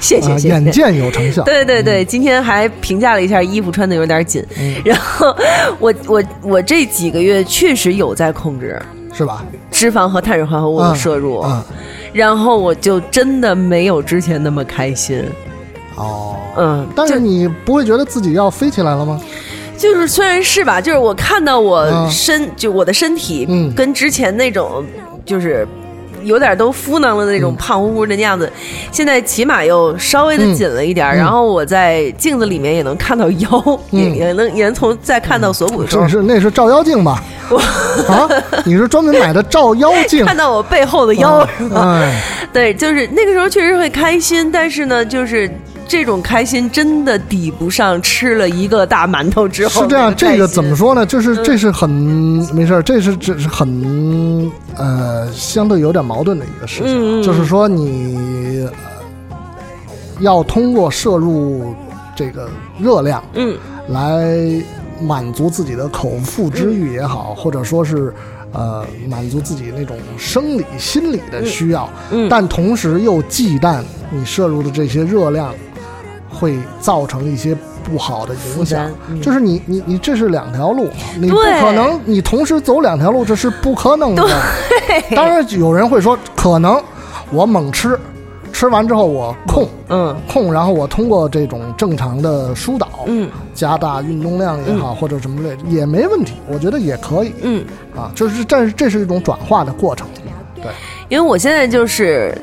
Speaker 2: 谢谢
Speaker 3: 啊，
Speaker 2: 谢谢
Speaker 3: 眼。见嗯有成效。
Speaker 2: 对对对，今天还评价了一下衣服穿的有点紧，
Speaker 3: 嗯
Speaker 2: 然后我我我这几个月确实有在控制
Speaker 3: 嗯是吧？
Speaker 2: 脂肪和碳水化合物的
Speaker 3: 嗯
Speaker 2: 摄入，
Speaker 3: 啊，
Speaker 2: 然后我就真的没有之前那么开心，
Speaker 3: 哦。
Speaker 2: 嗯，
Speaker 3: 但是你不会觉得自己要飞起来了吗？
Speaker 2: 就就是虽然是吧，就是我看到我
Speaker 3: 嗯
Speaker 2: 身、就我的身体
Speaker 3: 嗯
Speaker 2: 跟之前那种就是。有点都敷囊的那
Speaker 3: 嗯
Speaker 2: 种胖乎乎的样子，现在起码又稍微的紧了一点儿，
Speaker 3: 嗯嗯
Speaker 2: 然后我在镜子里面也能看到腰，也
Speaker 3: 嗯
Speaker 2: 也能也能从再看到锁骨的时候
Speaker 3: 这，是那是照妖镜吧？啊，你是专门买的照妖 镜？
Speaker 2: 看到我背后的腰
Speaker 3: 啊
Speaker 2: 是吧？
Speaker 3: 哎，
Speaker 2: 对，就是那个时候确实会开心，但是呢，就是这种开心真的抵不上吃了一个大馒头之后
Speaker 3: 是这样，
Speaker 2: 那
Speaker 3: 这
Speaker 2: 个
Speaker 3: 个
Speaker 2: 开心
Speaker 3: 怎么？说呢？就是
Speaker 2: 嗯
Speaker 3: 这是很没事儿，这是这是很呃相对有点矛盾的一个事
Speaker 2: 嗯嗯
Speaker 3: 情，啊就是说你、呃要通过摄入这个热量
Speaker 2: 嗯，
Speaker 3: 来满足自己的口腹之欲也
Speaker 2: 嗯
Speaker 3: 好，或者说是。呃，满足自己那种生理、心理的需要，
Speaker 2: 嗯嗯
Speaker 3: 但同时又忌惮你摄入的这些热量会造成一些不好的影响
Speaker 2: 负担。嗯
Speaker 3: 就是你你你这是两条路，你不
Speaker 2: 对
Speaker 3: 可能你同时走两条路，这是不可能的。 当然有人会说，可能我猛吃，吃完之后我控。
Speaker 2: 嗯
Speaker 3: 控，然后我通过这种正常的疏导，
Speaker 2: 嗯
Speaker 3: 加大运动量也好，或者什么类也没问题，我觉得也可以
Speaker 2: 嗯，
Speaker 3: 啊。就是但是这是一种转化的过程，对，
Speaker 2: 因为我现在就是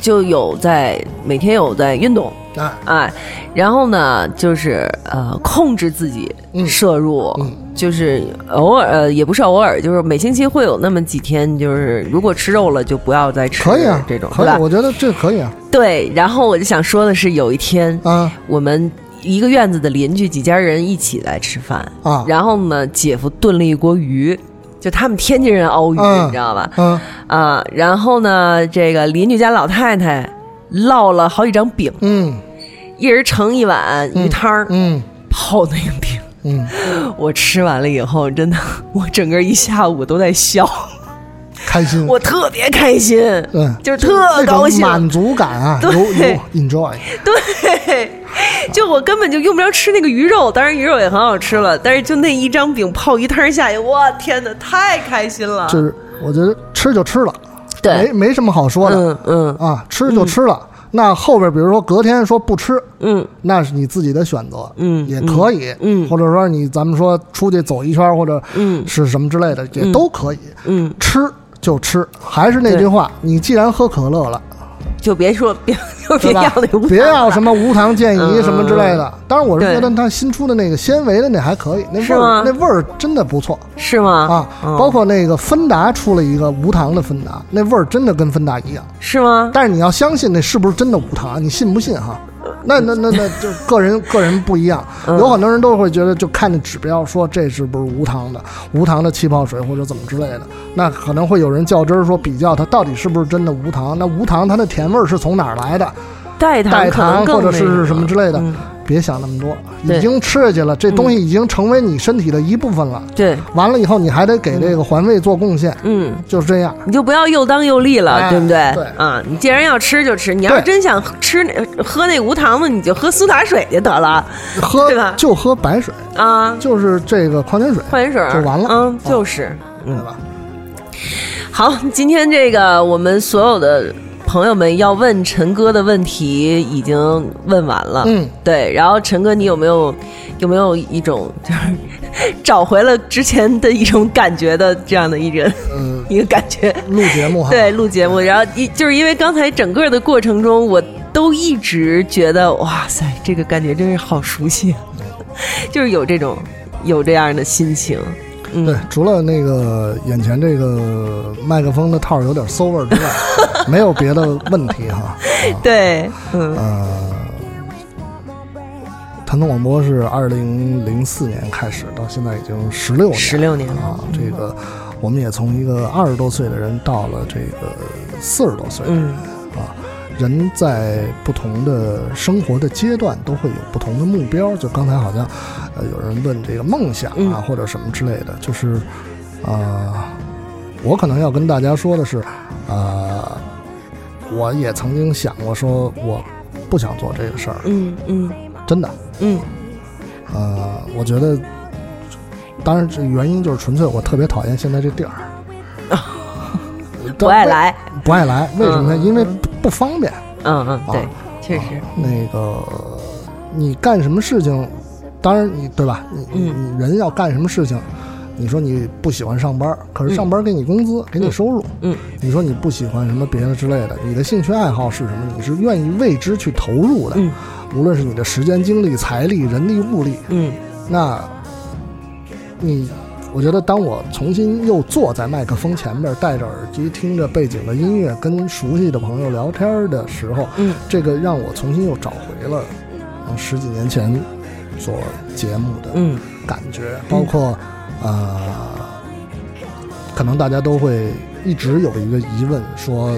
Speaker 2: 就有在每天有在运动，
Speaker 3: 哎，
Speaker 2: 哎，然后呢，就是呃，控制自己
Speaker 3: 嗯
Speaker 2: 摄入，
Speaker 3: 嗯
Speaker 2: 就是偶尔呃，也不是偶尔，就是每星期会有那么几天，就是如果吃肉了，就不要再吃
Speaker 3: 可以啊，
Speaker 2: 这种，
Speaker 3: 可
Speaker 2: 对
Speaker 3: 以，
Speaker 2: 吧？
Speaker 3: 我觉得这可以啊，
Speaker 2: 对。然后我就想说的是，有一天
Speaker 3: 啊
Speaker 2: 我们一个院子的邻居几家人一起来吃饭，
Speaker 3: 啊，
Speaker 2: 然后呢，姐夫炖了一锅鱼。就他们天津人熬鱼，
Speaker 3: 嗯
Speaker 2: 你知道吧？
Speaker 3: 嗯
Speaker 2: 啊，然后呢，这个邻居家老太太烙了好几张饼，
Speaker 3: 嗯
Speaker 2: 一人盛一碗鱼汤儿，
Speaker 3: 嗯
Speaker 2: 泡那个饼，
Speaker 3: 嗯，
Speaker 2: 我吃完了以后，真的，我整个一下午都在笑，
Speaker 3: 开心，
Speaker 2: 我特别开心，
Speaker 3: 嗯，
Speaker 2: 就是特
Speaker 3: 那
Speaker 2: 高
Speaker 3: 种
Speaker 2: 兴，
Speaker 3: 满足感啊，有
Speaker 2: 对
Speaker 3: 有 enjoy，
Speaker 2: 对， 就我根本就用不着吃那个鱼肉，当然鱼肉也很好吃了，但是就那一张饼泡鱼汤下去，我天哪，太开心了，
Speaker 3: 就是我觉得吃就吃了，没
Speaker 2: 啊对，
Speaker 3: 没什么好说的
Speaker 2: 嗯嗯
Speaker 3: 啊，吃就吃了。那后边比如说隔天说不吃，
Speaker 2: 嗯，
Speaker 3: 那是你自己的选择，
Speaker 2: 嗯
Speaker 3: 也可以，
Speaker 2: 嗯
Speaker 3: 或者说你咱们说出去走一圈或者
Speaker 2: 嗯
Speaker 3: 是什么之类的，也都可以，
Speaker 2: 嗯，
Speaker 3: 吃就吃。还是那句
Speaker 2: 对
Speaker 3: 话，你既然喝可乐了，
Speaker 2: 就别说别 就别
Speaker 3: 对
Speaker 2: 要
Speaker 3: 吧
Speaker 2: 那无糖的？
Speaker 3: 别要什么无糖健
Speaker 2: 嗯
Speaker 3: 怡什么之类的。当然，我是
Speaker 2: 对
Speaker 3: 觉得它新出的那个纤维的那还可以，那
Speaker 2: 是
Speaker 3: 味
Speaker 2: 吗
Speaker 3: 儿那味儿真的不错
Speaker 2: 是吗？
Speaker 3: 啊。
Speaker 2: 嗯
Speaker 3: 包括那个芬达出了一个无糖的芬达，那味儿真的跟芬达一样。
Speaker 2: 是吗？
Speaker 3: 但是你要相信那是不是真的无糖，你信不信哈？那那那那就个人 个人不一样，
Speaker 2: 嗯
Speaker 3: 有很多人都会觉得就看那指标说这是不是无糖的，无糖的气泡水或者怎么之类的，那可能会有人较真儿说比较它到底是不是真的无糖，那无糖它的甜味儿是从哪儿来的，
Speaker 2: 代糖
Speaker 3: 代
Speaker 2: 可能
Speaker 3: 糖
Speaker 2: 更
Speaker 3: 或者
Speaker 2: 那
Speaker 3: 是什么之类的
Speaker 2: 嗯，
Speaker 3: 别想那么多，
Speaker 2: 对嗯
Speaker 3: 已经吃下去了，这东西已经成为你身体的一部分了，
Speaker 2: 对，
Speaker 3: 完了以后你还得给这个环卫做贡献，
Speaker 2: 嗯。
Speaker 3: 就是这样。
Speaker 2: 你就不要又当又立了，
Speaker 3: 哎
Speaker 2: 对不对？
Speaker 3: 对
Speaker 2: 啊，你既然要吃就吃，你要是
Speaker 3: 对
Speaker 2: 真想吃那呃喝那无糖的，你就喝苏打水就得了
Speaker 3: 喝
Speaker 2: 对吧
Speaker 3: 就喝白水，
Speaker 2: 啊，
Speaker 3: 就是这个矿泉水。
Speaker 2: 矿泉水儿
Speaker 3: 就完了
Speaker 2: 嗯，
Speaker 3: 啊
Speaker 2: 就是。
Speaker 3: 对吧？
Speaker 2: 好，今天这个我们所有的朋友们要问陈哥的问题已经问完了，
Speaker 3: 嗯，
Speaker 2: 对。然后陈哥，你有没有有没有一种 就是找回了之前的一种感觉的这样的一人、
Speaker 3: 嗯，
Speaker 2: 一个感觉？
Speaker 3: 录节目哈，
Speaker 2: 对，录节目，然后一就是因为刚才整个的过程中，我都一直觉得哇塞，这个感觉真是好熟悉啊，就是有这种有这样的心情，嗯
Speaker 3: 对，除了那个眼前这个麦克风的套有点馊味儿之 外，没有别的问题哈。
Speaker 2: 对，嗯
Speaker 3: 呃，谭松广播是二零零四年开始，到现在已经十六年，
Speaker 2: 16年了
Speaker 3: 啊。这个我们也从一个二十多岁的人到了这个四十多岁的人
Speaker 2: 嗯
Speaker 3: 啊。人在不同的生活的阶段都会有不同的目标，就刚才好像，呃，有人问这个梦想啊、
Speaker 2: 嗯
Speaker 3: 或者什么之类的，就是，呃，我可能要跟大家说的是，呃，我也曾经想过说我不想做这个事儿，
Speaker 2: 嗯嗯
Speaker 3: 真的，
Speaker 2: 嗯
Speaker 3: 呃，我觉得，当然这原因就是纯粹我特别讨厌现在这地儿，
Speaker 2: 不爱，来，
Speaker 3: 不爱来，为什么呢？
Speaker 2: 嗯
Speaker 3: 因为不不方便。
Speaker 2: 嗯嗯，对
Speaker 3: 啊，
Speaker 2: 确实，
Speaker 3: 那个你干什么事情，当然你对吧？你你
Speaker 2: 嗯
Speaker 3: 你人要干什么事情，你说你不喜欢上班，可是上班给你工资，给你收入，
Speaker 2: 嗯，
Speaker 3: 你说你不喜欢什么别的之类的，你的兴趣爱好是什么？你是愿意为之去投入的，
Speaker 2: 嗯
Speaker 3: 无论是你的时间、精力、财力、人力、物力，
Speaker 2: 嗯
Speaker 3: 那你。我觉得，当我重新又坐在麦克风前面，戴着耳机听着背景的音乐，跟熟悉的朋友聊天的时候，
Speaker 2: 嗯
Speaker 3: 这个让我重新又找回了嗯十几年前做节目的
Speaker 2: 嗯
Speaker 3: 感觉，包括呃，可能大家都会一直有一个疑问，说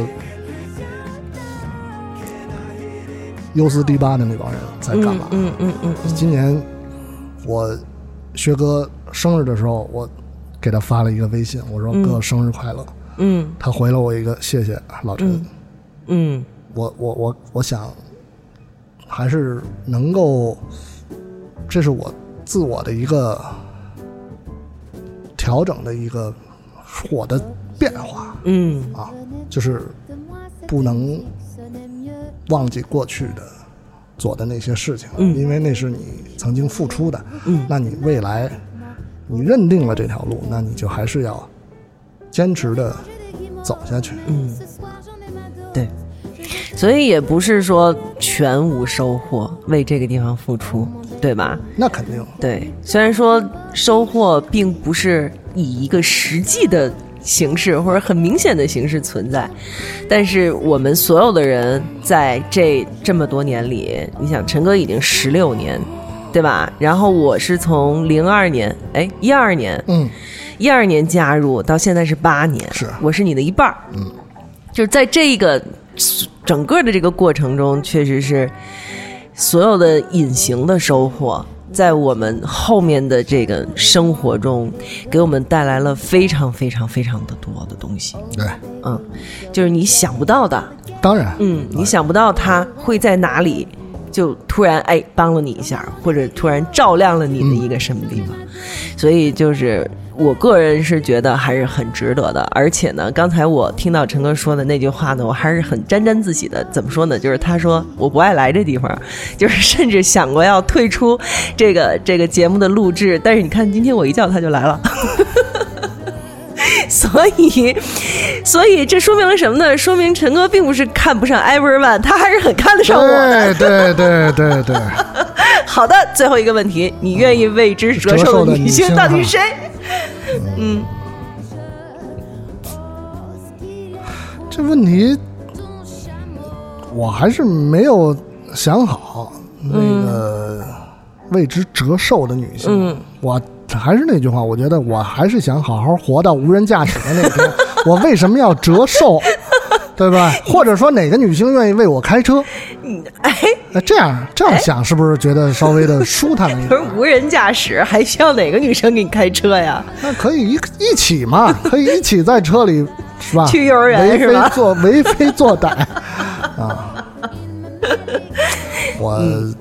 Speaker 3: 优思迪八的那帮人在干嘛？
Speaker 2: 嗯嗯嗯嗯
Speaker 3: 今年我薛哥生日的时候，我给他发了一个微信，我说：“哥，生日快乐。
Speaker 2: 嗯
Speaker 3: 他回了我一个：“谢谢老陈。
Speaker 2: 嗯
Speaker 3: 我我我我想，还是能够这是我自我的一个调整的一个我的变化
Speaker 2: 嗯
Speaker 3: 啊，就是不能忘记过去的做的那些事情，
Speaker 2: 嗯
Speaker 3: 因为那是你曾经付出的。
Speaker 2: 嗯
Speaker 3: 那你未来你认定了这条路，那你就还是要坚持的走下去。
Speaker 2: 嗯，对，所以也不是说全无收获，为这个地方付出，对吧？
Speaker 3: 那肯定，
Speaker 2: 对，虽然说收获并不是以一个实际的形式或者很明显的形式存在，但是我们所有的人在这这么多年里，你想，陈哥已经十六年，对吧？然后我是从零二年，哎，一二年，
Speaker 3: 嗯，
Speaker 2: 一二年加入到现在是八年，
Speaker 3: 是
Speaker 2: 我是你的一半儿，嗯，就是在这个整个的这个过程中，确实是所有的隐形的收获，在我们后面的这个生活中，给我们带来了非常非常非常的多的东西，
Speaker 3: 对，
Speaker 2: 嗯，就是你想不到的，
Speaker 3: 当然，
Speaker 2: 嗯，你想不到它会在哪里，就突然哎帮了你一下，或者突然照亮了你的一个什么地方，所以就是我个人是觉得还是很值得的。而且呢，刚才我听到陈哥说的那句话呢，我还是很沾沾自喜的。怎么说呢？就是他说我不爱来这地方，就是甚至想过要退出这个这个节目的录制，但是你看今天我一叫他就来了。 所以，所以这说明了什么呢？说明陈哥并不是看不上 everyone，他还是很看得上我的。
Speaker 3: 对对对对对，
Speaker 2: 好的，最后一个问题，你愿意为之折
Speaker 3: 折
Speaker 2: 寿
Speaker 3: 寿
Speaker 2: 的
Speaker 3: 的
Speaker 2: 女
Speaker 3: 女
Speaker 2: 性啊
Speaker 3: 性
Speaker 2: 到底
Speaker 3: 哈
Speaker 2: 是谁？
Speaker 3: 这问题我还是没有想好那个为之折寿的女性。
Speaker 2: 嗯
Speaker 3: 我还是那句话，我觉得我还是想好好活到无人驾驶的那天。我为什么要折寿？对吧？或者说哪个女性愿意为我开车？
Speaker 2: 哎，
Speaker 3: 那这样这样想，是不是觉得稍微的舒坦了一
Speaker 2: 可
Speaker 3: 点
Speaker 2: 是？无人驾驶， 还需要哪个女生给你开车呀？
Speaker 3: 那可以一一 起嘛，可以一起在车里是吧？
Speaker 2: 去幼儿园
Speaker 3: 为
Speaker 2: 是吧
Speaker 3: 非作为非 作歹啊！我，
Speaker 2: 嗯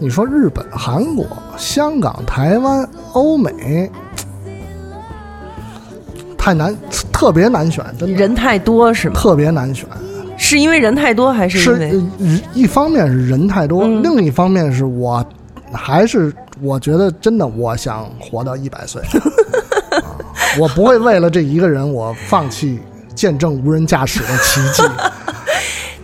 Speaker 3: 你说日本、韩国、香港、台湾、欧美，太难，特别难选，真的
Speaker 2: 人太多是吗？
Speaker 3: 特别难选。
Speaker 2: 是因为人太多，还是因为
Speaker 3: 是呃一方面是人太多，
Speaker 2: 嗯
Speaker 3: 另一方面是我还是我觉得真的我想活到一百岁、 啊我不会为了这一个人我放弃见证无人驾驶的奇迹。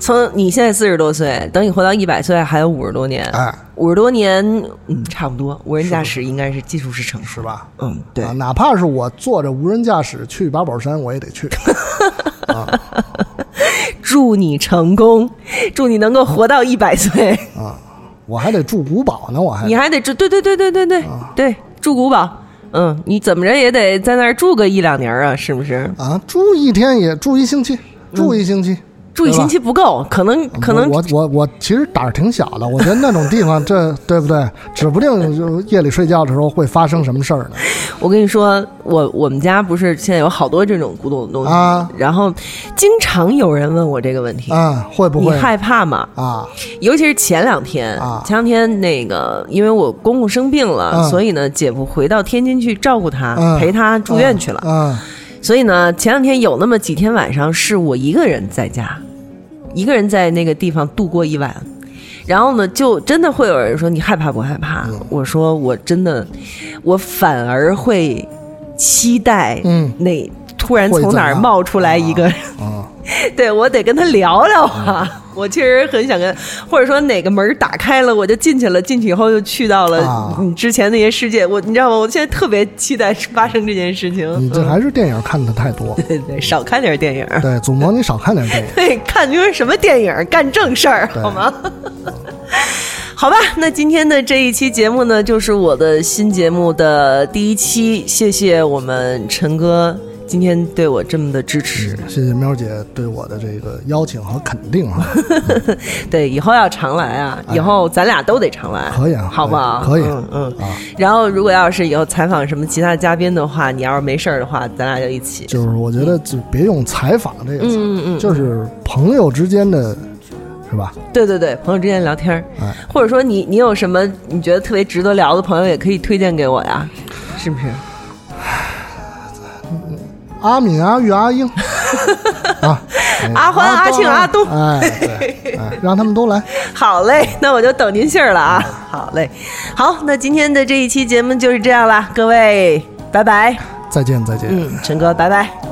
Speaker 2: 从你现在四十多岁，等你活到一百岁，还有五十多年？
Speaker 3: 哎，
Speaker 2: 五十多年，嗯，差不多。无人驾驶应啊该是技术是成熟
Speaker 3: 是吧？
Speaker 2: 嗯，对
Speaker 3: 啊，，哪怕是我坐着无人驾驶去八宝山，我也得去。
Speaker 2: 祝你成功，祝你能够活到一百岁。
Speaker 3: 我还得住古堡呢，我还
Speaker 2: 你还得住，对对对对对对、对，住古堡。嗯，你怎么着也得在那儿住个一两年儿啊，是不是？
Speaker 3: 啊住一天也住一星期，
Speaker 2: 嗯
Speaker 3: 住一星期。
Speaker 2: 住一星期不够，可能可能
Speaker 3: 我我我其实胆儿挺小的，我觉得那种地方，这对不对？指不定就夜里睡觉的时候会发生什么事儿呢。
Speaker 2: 我跟你说，我我们家不是现在有好多这种古董的东西，
Speaker 3: 啊
Speaker 2: 然后经常有人问我这个问题，
Speaker 3: 啊，会不
Speaker 2: 你
Speaker 3: 会
Speaker 2: 害怕吗？
Speaker 3: 啊？
Speaker 2: 尤其是前两天，
Speaker 3: 啊
Speaker 2: 前两天那个，因为我公公生病了，
Speaker 3: 嗯
Speaker 2: 所以呢，姐夫回到天津去照顾他，
Speaker 3: 嗯
Speaker 2: 陪他住院去了。
Speaker 3: 嗯，
Speaker 2: 所以呢，前两天有那么几天晚上是我一个人在家，一个人在那个地方度过一晚。然后呢，就真的会有人说你害怕不害怕？
Speaker 3: 嗯
Speaker 2: 我说我真的，我反而会期待，
Speaker 3: 嗯
Speaker 2: 那突然从哪儿
Speaker 3: 会怎嗯样
Speaker 2: 冒出来一个，
Speaker 3: 啊
Speaker 2: 对我得跟他聊聊啊。我确实很想跟，或者说哪个门儿打开了，我就进去了。进去以后就去到了
Speaker 3: 啊
Speaker 2: 你之前那些世界，我你知道吗？我现在特别期待发生这件事情。
Speaker 3: 你这
Speaker 2: 嗯
Speaker 3: 还是电影看的太 多。
Speaker 2: 对对，少看点电影儿。
Speaker 3: 对，祖模你少看点电影。
Speaker 2: 对，看就是什么电影儿，干正事儿，
Speaker 3: 对
Speaker 2: 好吗？ 好吧，那今天的这一期节目呢，就是我的新节目的第一期。谢谢我们陈哥今天对我这么的支持。
Speaker 3: 谢谢喵姐对我的这个邀请和肯定啊 哈，
Speaker 2: 对，以后要常来啊，以后咱俩都得常来，
Speaker 3: 嗯哎可以啊
Speaker 2: 好不好？
Speaker 3: 可以
Speaker 2: 嗯嗯。
Speaker 3: 啊
Speaker 2: 然后，如果要是以后采访什么其他嘉宾的话，你要是没事儿的话，咱俩就一起。嗯
Speaker 3: 就是我觉得就别用采访这个词，就是朋友之间的是吧？
Speaker 2: 对对对，朋友之间聊天儿，
Speaker 3: 哎
Speaker 2: 或者说你你有什么你觉得特别值得聊的朋友，也可以推荐给我呀，是不是？
Speaker 3: 阿敏、阿玉、 阿英啊，哎
Speaker 2: 阿欢阿庆阿东
Speaker 3: 哎，对，哎，让他们都来。
Speaker 2: 好嘞， 那我就等您信儿了啊。好嘞，好，那今天的这一期节目就是这样啦，各位，拜拜。
Speaker 3: 再见，再见。
Speaker 2: 嗯，陈哥，拜拜。